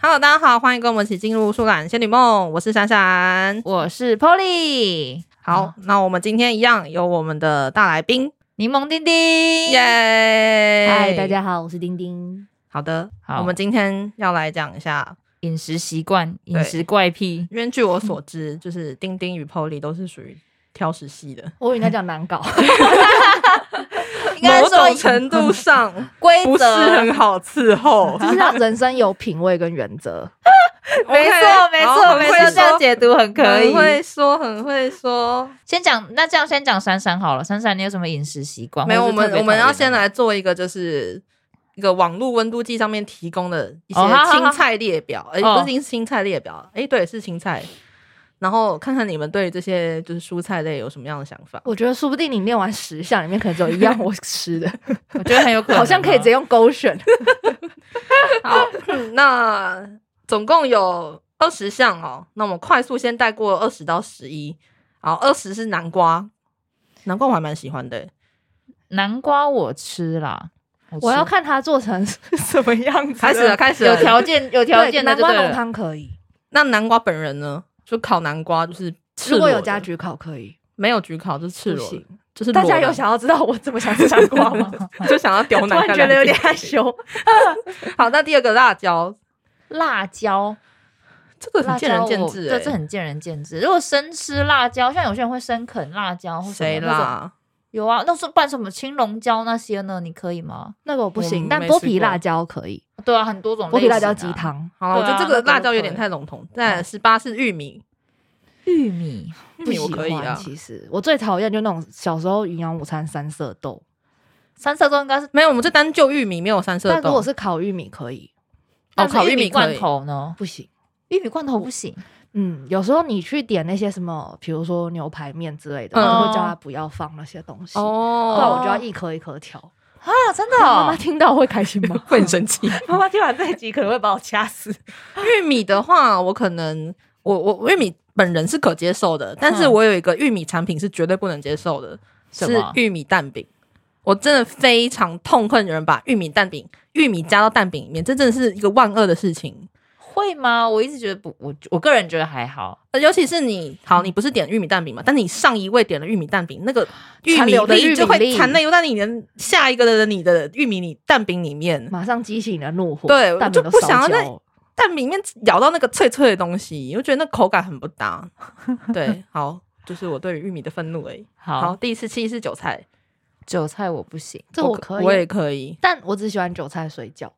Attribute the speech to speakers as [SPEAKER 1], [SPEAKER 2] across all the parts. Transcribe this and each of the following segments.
[SPEAKER 1] Hello，大家好，欢迎跟我们一起进入《树懒仙女梦》，我是闪闪。
[SPEAKER 2] 我是 Polly，
[SPEAKER 1] 好，
[SPEAKER 2] 嗯
[SPEAKER 1] 那我们今天一样有我们的大来宾，
[SPEAKER 2] 柠檬丁丁，
[SPEAKER 1] 耶！
[SPEAKER 2] 嗨
[SPEAKER 1] 嗨
[SPEAKER 2] 大。家好，我是丁丁。
[SPEAKER 1] 好的，
[SPEAKER 2] 好
[SPEAKER 1] 我们今天要来讲一下，
[SPEAKER 2] 饮食习惯，
[SPEAKER 1] 对
[SPEAKER 2] 饮食怪癖，
[SPEAKER 1] 因为据我所知，就是丁丁与 Polly 都是属于挑食系的，
[SPEAKER 3] 我以为你要讲难搞，
[SPEAKER 2] 应
[SPEAKER 1] 某种程度 上
[SPEAKER 2] 规
[SPEAKER 1] 不是很好伺 候。
[SPEAKER 3] 就是让人生有品味跟原则。
[SPEAKER 2] 没错，没错，没错，这样解读很可
[SPEAKER 1] 很会
[SPEAKER 2] 以。
[SPEAKER 1] 说，很会说。
[SPEAKER 2] 先讲，那这样先讲珊珊好了。珊珊，你有什么饮食习惯？
[SPEAKER 1] 没有，
[SPEAKER 2] 或
[SPEAKER 1] 我
[SPEAKER 2] 者是
[SPEAKER 1] 们
[SPEAKER 2] 特别
[SPEAKER 1] 我们
[SPEAKER 2] 讨厌
[SPEAKER 1] 要
[SPEAKER 2] 的
[SPEAKER 1] 先来做一个，就是一个网络温度计上面提供的一些
[SPEAKER 2] 哦好好
[SPEAKER 1] 青
[SPEAKER 2] 好
[SPEAKER 1] 菜列表，哎、
[SPEAKER 2] 哦
[SPEAKER 1] 不是青菜列表，哎、对，是青菜。然后看看你们对这些就是蔬菜类有什么样的想法？
[SPEAKER 3] 我觉得说不定你念完十项，里面可能只有一样我吃 的，
[SPEAKER 2] 我觉得很有可能哦，
[SPEAKER 3] 好像可以直接用勾选。
[SPEAKER 1] 好，那总共有二十项哦。那我们快速先带过二十到十一。好，二十是南瓜，南瓜我还蛮喜欢的、欸
[SPEAKER 2] 南瓜我吃啦，
[SPEAKER 3] 我要
[SPEAKER 2] 吃
[SPEAKER 3] 看它做成 什么样子。
[SPEAKER 1] 开始了，开始
[SPEAKER 2] 有
[SPEAKER 1] 了。
[SPEAKER 2] 条件有条
[SPEAKER 3] 对
[SPEAKER 2] 件的
[SPEAKER 3] 南
[SPEAKER 2] 就
[SPEAKER 3] 瓜
[SPEAKER 2] 对
[SPEAKER 3] 浓
[SPEAKER 2] 了。
[SPEAKER 3] 汤可以，
[SPEAKER 1] 那南瓜本人呢？就烤南瓜，就是赤
[SPEAKER 3] 如果
[SPEAKER 1] 裸
[SPEAKER 3] 有加
[SPEAKER 1] 的
[SPEAKER 3] 焗烤可以。
[SPEAKER 1] 没有焗烤，就是赤
[SPEAKER 3] 不
[SPEAKER 1] 裸的，
[SPEAKER 3] 行，
[SPEAKER 1] 就是
[SPEAKER 3] 大
[SPEAKER 1] 裸
[SPEAKER 3] 家
[SPEAKER 1] 的
[SPEAKER 3] 有想要知道我怎么想吃南瓜 吗？
[SPEAKER 1] 就想要刁
[SPEAKER 3] 突
[SPEAKER 1] 难
[SPEAKER 3] 然
[SPEAKER 1] 一下，
[SPEAKER 3] 觉得有点害。羞。
[SPEAKER 1] 好，那第二个辣椒，
[SPEAKER 2] 辣椒，
[SPEAKER 1] 这个
[SPEAKER 2] 辣
[SPEAKER 1] 很
[SPEAKER 2] 椒
[SPEAKER 1] 见仁见智、
[SPEAKER 2] 我
[SPEAKER 1] 欸，
[SPEAKER 2] 对，这很哦见仁见智。如果生吃辣椒，像有些人会生啃辣椒或什么
[SPEAKER 1] 谁
[SPEAKER 2] 那种
[SPEAKER 1] 啦？
[SPEAKER 2] 有啊，那是拌什么青龙椒那些呢？你可以吗？
[SPEAKER 3] 那个我不
[SPEAKER 1] 我
[SPEAKER 3] 行，但
[SPEAKER 1] 没
[SPEAKER 3] 剥
[SPEAKER 1] 吃
[SPEAKER 3] 皮
[SPEAKER 1] 过
[SPEAKER 3] 辣椒可以，
[SPEAKER 2] 对啊，很多种、
[SPEAKER 3] 剥皮辣椒鸡、汤
[SPEAKER 1] 好了，我
[SPEAKER 2] 对啊
[SPEAKER 1] 觉得这个辣椒有点
[SPEAKER 2] 那个我可
[SPEAKER 1] 太笼
[SPEAKER 2] 以
[SPEAKER 1] 统。再十八是玉米，
[SPEAKER 2] 玉米，
[SPEAKER 1] 玉
[SPEAKER 3] 不
[SPEAKER 1] 米我可以
[SPEAKER 3] 喜欢
[SPEAKER 1] 啊。
[SPEAKER 3] 其实我最讨厌就那种小时候营养午餐三色豆，
[SPEAKER 2] 三色豆应该是。
[SPEAKER 1] 没有，我们就单就玉米，没有三色
[SPEAKER 3] 但如
[SPEAKER 1] 豆
[SPEAKER 3] 果。是烤玉米可以，
[SPEAKER 1] 哦
[SPEAKER 2] 但
[SPEAKER 1] 烤
[SPEAKER 2] 是
[SPEAKER 1] 玉
[SPEAKER 2] 玉
[SPEAKER 1] 米
[SPEAKER 2] 米
[SPEAKER 1] 可以
[SPEAKER 2] 罐头呢？
[SPEAKER 3] 不行。
[SPEAKER 2] 玉米罐头不 行，
[SPEAKER 3] 嗯，有时候你去点那些什么，比如说牛排面之类的，
[SPEAKER 1] 嗯
[SPEAKER 3] 我都会叫他不要放那些东西，不然
[SPEAKER 1] 哦，？
[SPEAKER 3] 啊我就要一颗一颗挑。
[SPEAKER 2] 啊，真的
[SPEAKER 3] 妈妈
[SPEAKER 2] 哦、
[SPEAKER 3] 听到会开心吗
[SPEAKER 1] 会很生气。
[SPEAKER 3] 妈妈听完这一集可能会把我掐死。
[SPEAKER 1] 玉米的话，我可能我我玉米本人是可接受的，但是
[SPEAKER 2] 嗯
[SPEAKER 1] 我有一个玉米产品是绝对不能接受的，
[SPEAKER 2] 什
[SPEAKER 1] 是
[SPEAKER 2] 么
[SPEAKER 1] 玉米蛋饼。我真的非常痛恨有人把玉米蛋饼、玉米加到蛋饼里面，这真的是一个万恶的事情。
[SPEAKER 2] 会吗？我一直觉得不，我我个人觉得还好。
[SPEAKER 1] 呃尤其是你，好，你不是点玉米蛋饼嘛？但你上一位点了玉米蛋饼，那个玉
[SPEAKER 3] 残
[SPEAKER 1] 米
[SPEAKER 3] 留的玉
[SPEAKER 1] 粒
[SPEAKER 3] 米
[SPEAKER 1] 就会
[SPEAKER 3] 粒
[SPEAKER 1] 残留在你的下一个的你的玉米里蛋饼里面，
[SPEAKER 3] 马上激起你的怒火，
[SPEAKER 1] 对我
[SPEAKER 3] 蛋
[SPEAKER 1] 就
[SPEAKER 3] 饼都
[SPEAKER 1] 不
[SPEAKER 3] 烧
[SPEAKER 1] 想要
[SPEAKER 3] 焦
[SPEAKER 1] 再
[SPEAKER 3] 了
[SPEAKER 1] 蛋饼里面咬到那个脆脆的东西，我觉得那口感很不 搭。对，好，就是我对于玉米的愤怒而已。
[SPEAKER 2] 好，
[SPEAKER 1] 好，第四期是韭菜，
[SPEAKER 2] 韭菜我不行，
[SPEAKER 3] 这我可以，
[SPEAKER 1] 我也可以。
[SPEAKER 3] 但我只喜欢韭菜水饺。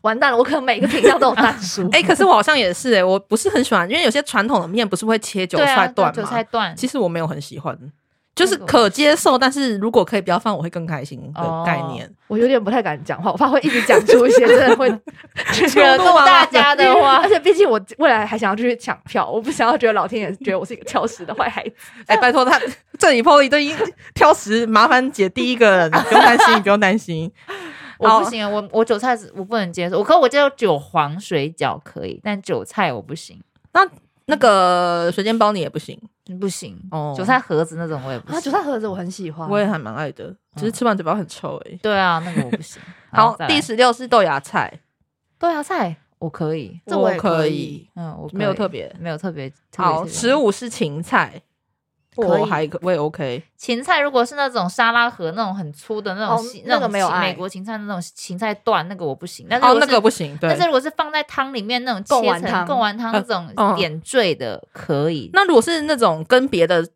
[SPEAKER 3] 完蛋了，我可能每个品相都有蛋酥。
[SPEAKER 1] 哎、可是我好像也是哎、我不是很喜欢，因为有些传统的面不是会切韭
[SPEAKER 2] 对啊
[SPEAKER 1] 菜段吗？
[SPEAKER 2] 对韭菜段
[SPEAKER 1] 其实我没有很喜欢，就是
[SPEAKER 2] 那个我
[SPEAKER 1] 可接受，但是如果可以不要放，我会更开心的
[SPEAKER 2] 哦
[SPEAKER 1] 概念。
[SPEAKER 3] 我有点不太敢讲话，我怕会一直讲出一些真的会
[SPEAKER 2] 惹怒大家的 话
[SPEAKER 3] 而且毕竟我未来还想要去抢票，我不想要觉得老天爷觉得我是一个挑食的坏孩子。
[SPEAKER 1] 哎、拜托他，这里 Polly 都已经挑食，麻烦姐第一个人，你不用担心，你不用担心。
[SPEAKER 2] 我不行啊，我我韭菜是我不能接受，我可我接受韭黄水饺可以，但韭菜我不行，
[SPEAKER 1] 那个水煎包你也不行
[SPEAKER 2] 不行。
[SPEAKER 1] 哦
[SPEAKER 2] 韭菜盒子那种我也不行。
[SPEAKER 3] 啊，韭菜盒子我很喜
[SPEAKER 2] 哦
[SPEAKER 3] 欢，
[SPEAKER 1] 我也还蛮爱的，只
[SPEAKER 2] 嗯
[SPEAKER 1] 是吃完嘴巴很臭哎、
[SPEAKER 2] 对啊，那个我不行。
[SPEAKER 1] 好，
[SPEAKER 2] 再来
[SPEAKER 1] 第十六是豆芽菜，
[SPEAKER 2] 豆芽菜我可以，
[SPEAKER 3] 这我也
[SPEAKER 1] 可
[SPEAKER 3] 可
[SPEAKER 1] 以
[SPEAKER 3] 以，
[SPEAKER 2] 嗯，我可以
[SPEAKER 1] 没有特别。
[SPEAKER 2] 没有特别
[SPEAKER 1] 好，十
[SPEAKER 2] 食物
[SPEAKER 1] 五是芹菜，
[SPEAKER 3] 可以
[SPEAKER 1] 我还可我也 OK。
[SPEAKER 2] 芹菜如果是那种沙拉盒那种很粗的那种
[SPEAKER 3] 哦
[SPEAKER 2] 芹，
[SPEAKER 3] 那个
[SPEAKER 2] 种
[SPEAKER 3] 没有
[SPEAKER 2] 芹
[SPEAKER 3] 爱
[SPEAKER 2] 美国芹菜那种芹菜段，那个我不行。但是
[SPEAKER 1] 哦，
[SPEAKER 2] 如果
[SPEAKER 1] 那
[SPEAKER 2] 是
[SPEAKER 1] 个不行，对
[SPEAKER 2] 但。是如果是放在汤里面那种
[SPEAKER 3] 贡
[SPEAKER 2] 切
[SPEAKER 3] 丸
[SPEAKER 2] 成
[SPEAKER 3] 汤
[SPEAKER 2] 贡丸汤那种
[SPEAKER 1] 呃嗯
[SPEAKER 2] 点缀的可以，
[SPEAKER 1] 那如果是那种跟别的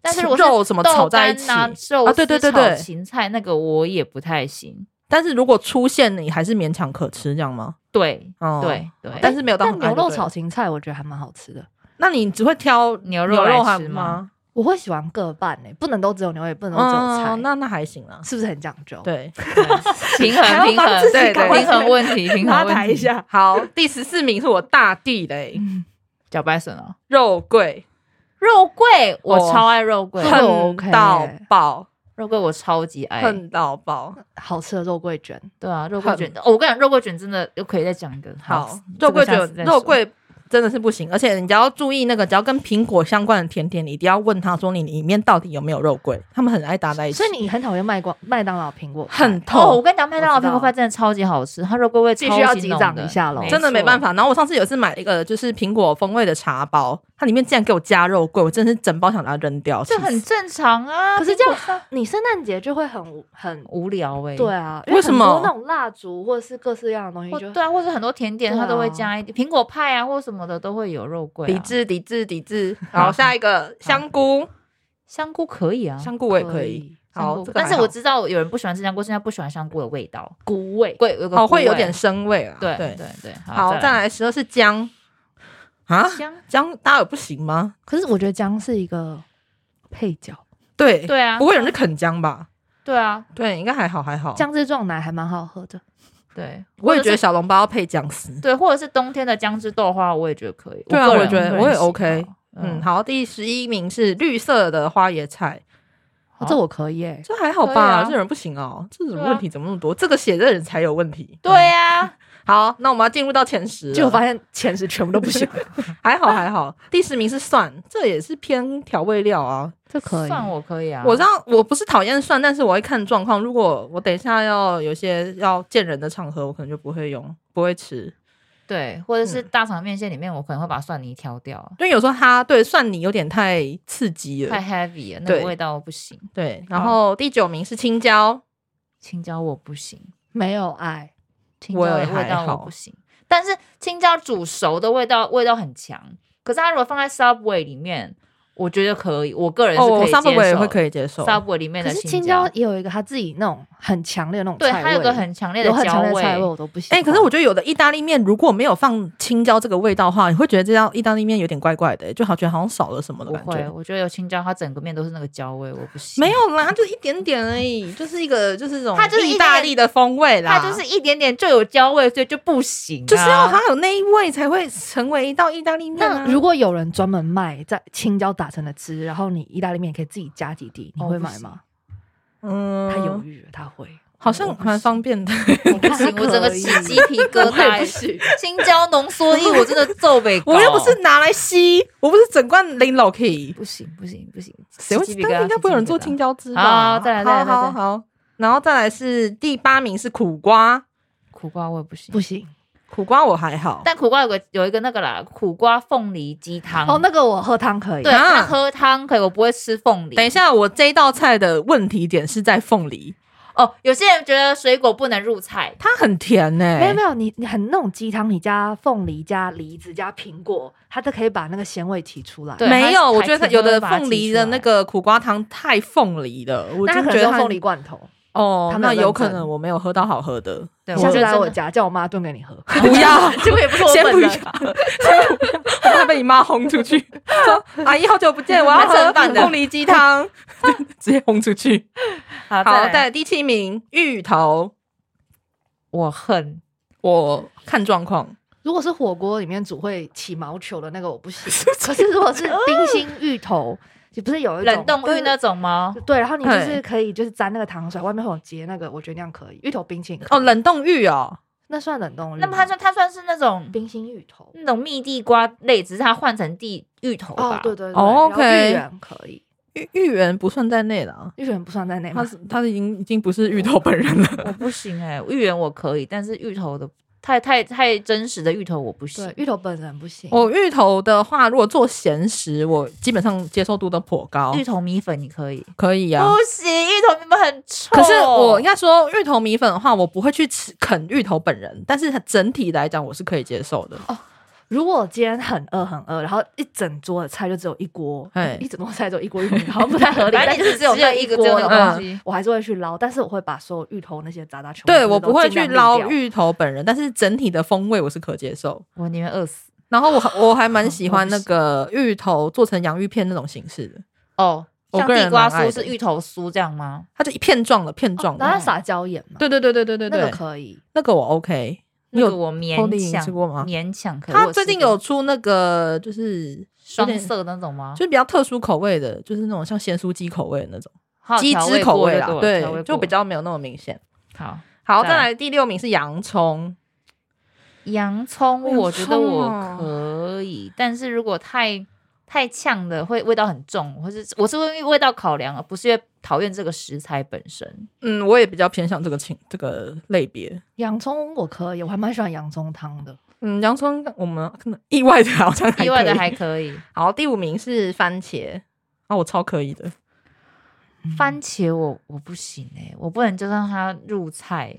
[SPEAKER 2] 但是如果是
[SPEAKER 1] 肉什么
[SPEAKER 2] 豆
[SPEAKER 1] 炒在一
[SPEAKER 2] 干
[SPEAKER 1] 起
[SPEAKER 2] 啊，肉
[SPEAKER 1] 啊
[SPEAKER 2] 丝
[SPEAKER 1] 对对对
[SPEAKER 2] 炒
[SPEAKER 1] 对
[SPEAKER 2] 芹菜那个我也不太行。
[SPEAKER 1] 但是如果出现，你还是勉强可吃，这样吗？
[SPEAKER 2] 对
[SPEAKER 1] 哦，
[SPEAKER 2] 对对，
[SPEAKER 1] 但是没有到
[SPEAKER 3] 但
[SPEAKER 1] 很爱
[SPEAKER 3] 牛肉
[SPEAKER 1] 就对了
[SPEAKER 3] 炒，芹菜我觉得还蛮好吃的。
[SPEAKER 1] 那你只会挑
[SPEAKER 2] 牛肉
[SPEAKER 1] 牛肉
[SPEAKER 2] 来
[SPEAKER 1] 还
[SPEAKER 2] 吃吗？？
[SPEAKER 3] 我会喜欢各半诶、不能都只有牛，也不能都只有菜，
[SPEAKER 1] 哦，那那还行啊。
[SPEAKER 3] 是不是很讲究？，
[SPEAKER 1] 对，
[SPEAKER 2] 平衡
[SPEAKER 3] 还要
[SPEAKER 2] 平
[SPEAKER 3] 帮
[SPEAKER 2] 衡
[SPEAKER 3] 自己
[SPEAKER 2] 对
[SPEAKER 1] 赶
[SPEAKER 2] 对
[SPEAKER 1] 快
[SPEAKER 2] 平衡问题平
[SPEAKER 3] 拉
[SPEAKER 2] 衡
[SPEAKER 3] 抬
[SPEAKER 2] 问
[SPEAKER 3] 一
[SPEAKER 2] 题。
[SPEAKER 3] 下。
[SPEAKER 1] 好，第十四名是我大地雷
[SPEAKER 2] 茭白笋啊，
[SPEAKER 1] 肉桂，
[SPEAKER 2] 肉桂我
[SPEAKER 1] 哦
[SPEAKER 2] 超爱肉桂，
[SPEAKER 3] 很 OK
[SPEAKER 1] 恨到爆，
[SPEAKER 2] 肉桂我超级爱，
[SPEAKER 1] 恨到爆。
[SPEAKER 3] 好吃的肉桂卷，
[SPEAKER 2] 对啊，肉桂卷、哦我跟你讲，肉桂卷真的又可以再讲一个。
[SPEAKER 1] 好，
[SPEAKER 2] 这
[SPEAKER 1] 肉
[SPEAKER 2] 个
[SPEAKER 1] 桂
[SPEAKER 2] 下
[SPEAKER 1] 卷
[SPEAKER 2] 次再，说
[SPEAKER 1] 肉桂真的是不行。而且你只要注意那个，只要跟苹果相关的甜点，你一定要问他说你里面到底有没有肉桂。他们很爱搭在一起，
[SPEAKER 3] 所以你很讨厌麦光麦当劳苹果派，欸
[SPEAKER 1] 很
[SPEAKER 2] 哦，我
[SPEAKER 1] 痛，
[SPEAKER 2] 跟你讲，麦当劳苹果派真的超级好吃，它肉桂味
[SPEAKER 3] 必须要
[SPEAKER 2] 超级
[SPEAKER 3] 击
[SPEAKER 2] 浓
[SPEAKER 3] 掌
[SPEAKER 2] 的
[SPEAKER 3] 一下喽
[SPEAKER 1] 真的没办。
[SPEAKER 2] 错
[SPEAKER 1] 法。然后我上次有一次买了一个就是苹果风味的茶包，它里面竟然给我加肉桂，我真的是整包想把它扔掉。
[SPEAKER 2] 这
[SPEAKER 1] 气死
[SPEAKER 2] 很正常啊，
[SPEAKER 3] 可是
[SPEAKER 2] 苹
[SPEAKER 3] 这
[SPEAKER 2] 果
[SPEAKER 3] 样你圣诞节就会很无很
[SPEAKER 2] 无聊哎、
[SPEAKER 3] 对啊，
[SPEAKER 1] 为什么哦
[SPEAKER 3] 因很多那种蜡烛或者是各式各样的东西
[SPEAKER 2] 或
[SPEAKER 3] 就
[SPEAKER 2] 对啊，或者很多甜点
[SPEAKER 3] 对
[SPEAKER 2] 它都会
[SPEAKER 3] 啊
[SPEAKER 2] 加一点苹果派啊，或什么的都会有肉桂、啊。
[SPEAKER 1] 抵制抵制抵制。好，下一 个香菇，
[SPEAKER 2] 香菇可以啊，
[SPEAKER 1] 香菇我也可以。
[SPEAKER 2] 香
[SPEAKER 1] 好，
[SPEAKER 2] 菇
[SPEAKER 1] 这个
[SPEAKER 2] 但是
[SPEAKER 1] 还
[SPEAKER 2] 我
[SPEAKER 1] 好
[SPEAKER 2] 知道有人不喜欢吃香菇，是因为不喜欢香菇的味道，
[SPEAKER 3] 谷味，
[SPEAKER 2] 贵有个
[SPEAKER 1] 哦
[SPEAKER 2] 菇
[SPEAKER 1] 会有
[SPEAKER 2] 味
[SPEAKER 1] 点生味啊。
[SPEAKER 2] 对
[SPEAKER 1] 对，
[SPEAKER 2] 对对。
[SPEAKER 1] 好，再来十二是姜啊，
[SPEAKER 2] 香，
[SPEAKER 1] 姜大家有不行吗？
[SPEAKER 3] 可是我觉得姜是一个配角，
[SPEAKER 1] 哦对，
[SPEAKER 2] 对啊
[SPEAKER 1] 不，会有人是啃姜吧？
[SPEAKER 2] 对啊，
[SPEAKER 1] 对，应该还好还好。
[SPEAKER 3] 姜汁撞奶还蛮好喝的。
[SPEAKER 2] 对，
[SPEAKER 1] 我也
[SPEAKER 2] 或者
[SPEAKER 1] 觉
[SPEAKER 2] 是
[SPEAKER 1] 得小笼包要配姜丝。
[SPEAKER 2] 对，或者是冬天的姜汁豆花，我也觉得可以。
[SPEAKER 1] 对啊
[SPEAKER 2] 个
[SPEAKER 1] 我
[SPEAKER 2] 人
[SPEAKER 1] 觉得
[SPEAKER 2] 个
[SPEAKER 1] 我
[SPEAKER 2] 人
[SPEAKER 1] 也
[SPEAKER 2] 喜
[SPEAKER 1] OK，
[SPEAKER 2] 好
[SPEAKER 1] 嗯，，好，第十一名是绿色的花椰菜，
[SPEAKER 3] 哦
[SPEAKER 2] 好
[SPEAKER 3] 这我可以欸诶、
[SPEAKER 1] 这还好
[SPEAKER 2] 可以
[SPEAKER 1] 吧？
[SPEAKER 2] 啊
[SPEAKER 1] 这人不行哦，这种
[SPEAKER 2] 对啊
[SPEAKER 1] 问题怎么那么多？这个写的人才有问题。
[SPEAKER 2] 对啊呀，
[SPEAKER 1] 嗯，好，那我们要进入到前十了，
[SPEAKER 3] 结果发现前十全部都 不行，
[SPEAKER 1] 还好还好。第十名是蒜，这也是偏调味料啊。
[SPEAKER 3] 这可以。
[SPEAKER 2] 算我可以啊，
[SPEAKER 1] 我知道我不是讨厌蒜，但是我会看状况。如果我等一下要有些要见人的场合，我可能就不会用，不会吃。
[SPEAKER 2] 对，或者是
[SPEAKER 1] 嗯
[SPEAKER 2] 大肠面线里面，我可能会把蒜泥挑掉啊，
[SPEAKER 1] 因为有时候它对蒜泥有点太刺激
[SPEAKER 2] 太
[SPEAKER 1] 了。
[SPEAKER 2] heavy 了，那
[SPEAKER 1] 对
[SPEAKER 2] 个味道不行。
[SPEAKER 1] 对，然后第九名是青椒，
[SPEAKER 2] 青椒我不行，
[SPEAKER 3] 没有爱，
[SPEAKER 2] 青
[SPEAKER 1] 我
[SPEAKER 2] 椒
[SPEAKER 1] 也
[SPEAKER 2] 的
[SPEAKER 1] 还
[SPEAKER 2] 味道
[SPEAKER 1] 好
[SPEAKER 2] 我不行。但是青椒煮熟的味道味道很强，可是它如果放在 Subway 里面，我觉得可以，我个人是
[SPEAKER 1] 哦，
[SPEAKER 2] 可
[SPEAKER 1] 我
[SPEAKER 2] 以接受。
[SPEAKER 1] 上次我也会可以接受。
[SPEAKER 2] Subway 里面
[SPEAKER 3] 可
[SPEAKER 2] 的
[SPEAKER 3] 是
[SPEAKER 2] 青
[SPEAKER 3] 青椒也有一个它自己那种很强烈的那种
[SPEAKER 2] 对
[SPEAKER 3] 菜味，
[SPEAKER 2] 它有个很强烈的
[SPEAKER 3] 有很
[SPEAKER 2] 椒
[SPEAKER 3] 强烈的
[SPEAKER 2] 味，
[SPEAKER 3] 菜味，我都不行。
[SPEAKER 1] 哎、可是我觉得有的意大利面如果没有放青椒这个味道的话，你会觉得这道意大利面有点怪怪的、就好觉得好像少了什么的
[SPEAKER 2] 不
[SPEAKER 1] 感
[SPEAKER 2] 会，
[SPEAKER 1] 觉。
[SPEAKER 2] 我觉得有青椒，它整个面都是那个椒味，我不行。
[SPEAKER 1] 没，有啦，就一点点而已，就是一个就是这种
[SPEAKER 2] 它就是一
[SPEAKER 1] 意
[SPEAKER 2] 点
[SPEAKER 1] 大利的风味啦，
[SPEAKER 2] 它就是一点点就有椒味，所以就不行啊、
[SPEAKER 1] 就是要它有那一味才会成为一道意大利面、啊。
[SPEAKER 3] 那如果有人专门卖在青椒打成的汁，然后你意大利面可以自己加几滴，你
[SPEAKER 2] 哦
[SPEAKER 3] 会
[SPEAKER 2] 不
[SPEAKER 3] 买
[SPEAKER 2] 行
[SPEAKER 3] 吗？
[SPEAKER 1] 嗯，
[SPEAKER 3] 他犹豫了，他会。
[SPEAKER 1] 好像蛮方便的，
[SPEAKER 2] 我不行，我整个起鸡皮疙
[SPEAKER 3] 我也
[SPEAKER 2] 瘩。青椒浓缩液，我真的皱眉 头。
[SPEAKER 1] 我又不是拿来吸，我不是整罐拎老 K，
[SPEAKER 2] 不行不行不行，
[SPEAKER 1] 谁会？
[SPEAKER 2] 起鸡皮疙瘩
[SPEAKER 1] 但应该不会有人做
[SPEAKER 2] 起鸡
[SPEAKER 1] 青
[SPEAKER 2] 皮疙瘩
[SPEAKER 1] 椒汁吧？
[SPEAKER 2] 好再来再来
[SPEAKER 1] 好好
[SPEAKER 2] 再来
[SPEAKER 1] 好，然后再来是第八名是苦瓜，
[SPEAKER 2] 苦瓜，我也不行
[SPEAKER 3] 不。行
[SPEAKER 1] 苦瓜我还好，
[SPEAKER 2] 但苦瓜有个有一个那个啦，苦瓜凤梨鸡汤。
[SPEAKER 3] 哦，那个我喝汤可以。
[SPEAKER 2] 对，
[SPEAKER 1] 啊
[SPEAKER 2] 它喝汤可以，我不会吃凤梨。
[SPEAKER 1] 等一下，我这一道菜的问题点是在凤梨，
[SPEAKER 2] 哦，有些人觉得水果不能入菜，
[SPEAKER 1] 它很甜呢、
[SPEAKER 3] 没有没有，你你很那种鸡汤，你加凤梨、加梨子、加苹果，它都可以把那个鲜味提出来。
[SPEAKER 2] 对
[SPEAKER 1] 没有，
[SPEAKER 2] 还
[SPEAKER 1] 我觉得它
[SPEAKER 2] 还
[SPEAKER 1] 有
[SPEAKER 2] 甜
[SPEAKER 1] 的
[SPEAKER 2] 会把它
[SPEAKER 1] 凤梨
[SPEAKER 2] 挤出来
[SPEAKER 1] 的那个苦瓜汤太凤梨了，我
[SPEAKER 3] 那
[SPEAKER 1] 真
[SPEAKER 3] 它可
[SPEAKER 1] 觉得
[SPEAKER 3] 能用
[SPEAKER 1] 它
[SPEAKER 3] 凤梨罐头。
[SPEAKER 1] 哦，
[SPEAKER 3] 它没有
[SPEAKER 1] 那有可
[SPEAKER 3] 认证
[SPEAKER 1] 能我没有喝到好喝的，
[SPEAKER 2] 对，
[SPEAKER 3] 你
[SPEAKER 2] 我
[SPEAKER 3] 下
[SPEAKER 2] 觉得
[SPEAKER 3] 次来
[SPEAKER 2] 真
[SPEAKER 3] 我
[SPEAKER 2] 的
[SPEAKER 3] 家，叫我妈炖给你喝。
[SPEAKER 1] 不要，
[SPEAKER 3] 结果也不是我
[SPEAKER 1] 先不
[SPEAKER 3] 本
[SPEAKER 1] 要，
[SPEAKER 3] 人
[SPEAKER 1] 先。不要，我怕被你妈轰出 去，说啊阿姨好久不见，我要
[SPEAKER 2] 蛮
[SPEAKER 1] 喝
[SPEAKER 2] 正版的
[SPEAKER 1] 凤梨鸡 汤，直接轰出去。
[SPEAKER 2] 好，
[SPEAKER 1] 好，
[SPEAKER 2] 再
[SPEAKER 1] 再
[SPEAKER 2] 来
[SPEAKER 1] 来第七名芋头，
[SPEAKER 2] 我恨
[SPEAKER 1] 我看状况，
[SPEAKER 3] 如果是火锅里面煮会起毛球的那个我 不行，可是如果是冰心芋头，就不是有一种
[SPEAKER 2] 冷冻
[SPEAKER 3] 就
[SPEAKER 2] 芋
[SPEAKER 3] 是
[SPEAKER 2] 那种吗？
[SPEAKER 3] 对，然后你就
[SPEAKER 1] 嘿
[SPEAKER 3] 是可以就是沾那个糖水，外面会有结那个，我觉得那样可以。芋头冰淇淋
[SPEAKER 1] 哦，冷冻芋哦，
[SPEAKER 3] 那算冷冻芋吗。
[SPEAKER 2] 那么它算它算是那种
[SPEAKER 3] 冰心芋头
[SPEAKER 2] 那种蜜地瓜类，只是它换成地芋头吧
[SPEAKER 3] 哦，？对
[SPEAKER 1] 哦
[SPEAKER 3] 对对，然后芋
[SPEAKER 1] OK
[SPEAKER 3] 圆可以，
[SPEAKER 1] 芋芋圆不算在内了啊。
[SPEAKER 3] 芋圆不算在内
[SPEAKER 1] 他
[SPEAKER 3] 吗？
[SPEAKER 1] 是他已经已经不是芋头本人了。
[SPEAKER 2] 我 不行哎、芋圆我可以，但是芋头的太太太真实的芋头我不行
[SPEAKER 3] 对，。芋头本人不行。
[SPEAKER 2] 哦
[SPEAKER 1] 我芋头的话，如果做咸食，我基本上接受度都颇高
[SPEAKER 2] 芋，头米粉你可以，
[SPEAKER 1] 可以啊
[SPEAKER 2] 不。行，哦芋头米粉很臭。
[SPEAKER 1] 可是我应该说，芋头米粉的话，我不会去吃啃芋头本人，但是它整体来讲，我是可以接受的。
[SPEAKER 3] 如果今天很饿很饿，然后一整桌的菜就只有一锅
[SPEAKER 1] 嘿，
[SPEAKER 3] 一整桌菜只有一锅芋头，好像不太合理。
[SPEAKER 2] 反正
[SPEAKER 3] 但
[SPEAKER 2] 你就是只有
[SPEAKER 3] 那
[SPEAKER 2] 那一个
[SPEAKER 3] 锅
[SPEAKER 2] 只有那
[SPEAKER 3] 的
[SPEAKER 2] 个
[SPEAKER 3] 话
[SPEAKER 2] 东西
[SPEAKER 3] 我还是会去捞，但是我会把所有芋头那些渣渣全部
[SPEAKER 1] 对
[SPEAKER 3] 都
[SPEAKER 1] 我不会
[SPEAKER 3] 尽
[SPEAKER 1] 去
[SPEAKER 3] 量
[SPEAKER 1] 捞
[SPEAKER 3] 滤掉。
[SPEAKER 1] 芋头本人，但是整体的风味我是可接受。
[SPEAKER 2] 我宁愿饿死。
[SPEAKER 1] 然后我
[SPEAKER 2] 啊
[SPEAKER 1] 还我还蛮喜欢那个芋头做成洋芋片那种形式的，
[SPEAKER 2] 哦，
[SPEAKER 1] 我
[SPEAKER 2] 像
[SPEAKER 1] 个人
[SPEAKER 2] 地瓜
[SPEAKER 1] 蛮爱
[SPEAKER 2] 酥
[SPEAKER 1] 的
[SPEAKER 2] 是芋头酥这样吗？
[SPEAKER 1] 它就一片状的片状
[SPEAKER 2] 哦
[SPEAKER 3] 然后
[SPEAKER 1] 的。
[SPEAKER 3] 要哦撒椒盐嘛，
[SPEAKER 1] 对对对对啊对对
[SPEAKER 3] 那个
[SPEAKER 1] 对，
[SPEAKER 3] 可 以。
[SPEAKER 1] 那个我 OK。你
[SPEAKER 2] 那个
[SPEAKER 1] 有
[SPEAKER 2] 我
[SPEAKER 1] ，Polly，
[SPEAKER 2] 勉
[SPEAKER 1] 你
[SPEAKER 2] 强
[SPEAKER 1] 吃过吗
[SPEAKER 2] 勉强可以。我
[SPEAKER 1] 他
[SPEAKER 2] 吃
[SPEAKER 1] 最近
[SPEAKER 2] 过
[SPEAKER 1] 有出那个就是有
[SPEAKER 2] 双
[SPEAKER 1] 点
[SPEAKER 2] 色那种吗？
[SPEAKER 1] 就是比较特殊口味的，就是那种像咸酥鸡口味的那种，
[SPEAKER 2] 好
[SPEAKER 1] 鸡
[SPEAKER 2] 哦调
[SPEAKER 1] 汁
[SPEAKER 2] 过
[SPEAKER 1] 口味
[SPEAKER 2] 就
[SPEAKER 1] 啦，
[SPEAKER 2] 对了，调味
[SPEAKER 1] 就
[SPEAKER 2] 过
[SPEAKER 1] 比较没有那么明显。
[SPEAKER 2] 好。
[SPEAKER 1] 好，
[SPEAKER 2] 再
[SPEAKER 1] 再
[SPEAKER 2] 来
[SPEAKER 1] 来第六名是洋葱，
[SPEAKER 2] 洋葱，
[SPEAKER 1] 洋葱
[SPEAKER 2] 我觉得我
[SPEAKER 1] 哦
[SPEAKER 2] 可以，但是如果太太呛的，会味道很重，或是我是因为味道考量，而不是因为讨厌这个食材本身。
[SPEAKER 1] 嗯，我也比较偏向这个情这个类别。
[SPEAKER 3] 洋葱我可以，我还蛮喜欢洋葱汤的。
[SPEAKER 1] 嗯，洋葱我们可能意外的好像还
[SPEAKER 2] 意外的
[SPEAKER 1] 可以
[SPEAKER 2] 还 可以，
[SPEAKER 1] 好，第五名是番茄啊，我超可以的。嗯
[SPEAKER 2] 番茄我我不行哎、我不能就让它入菜，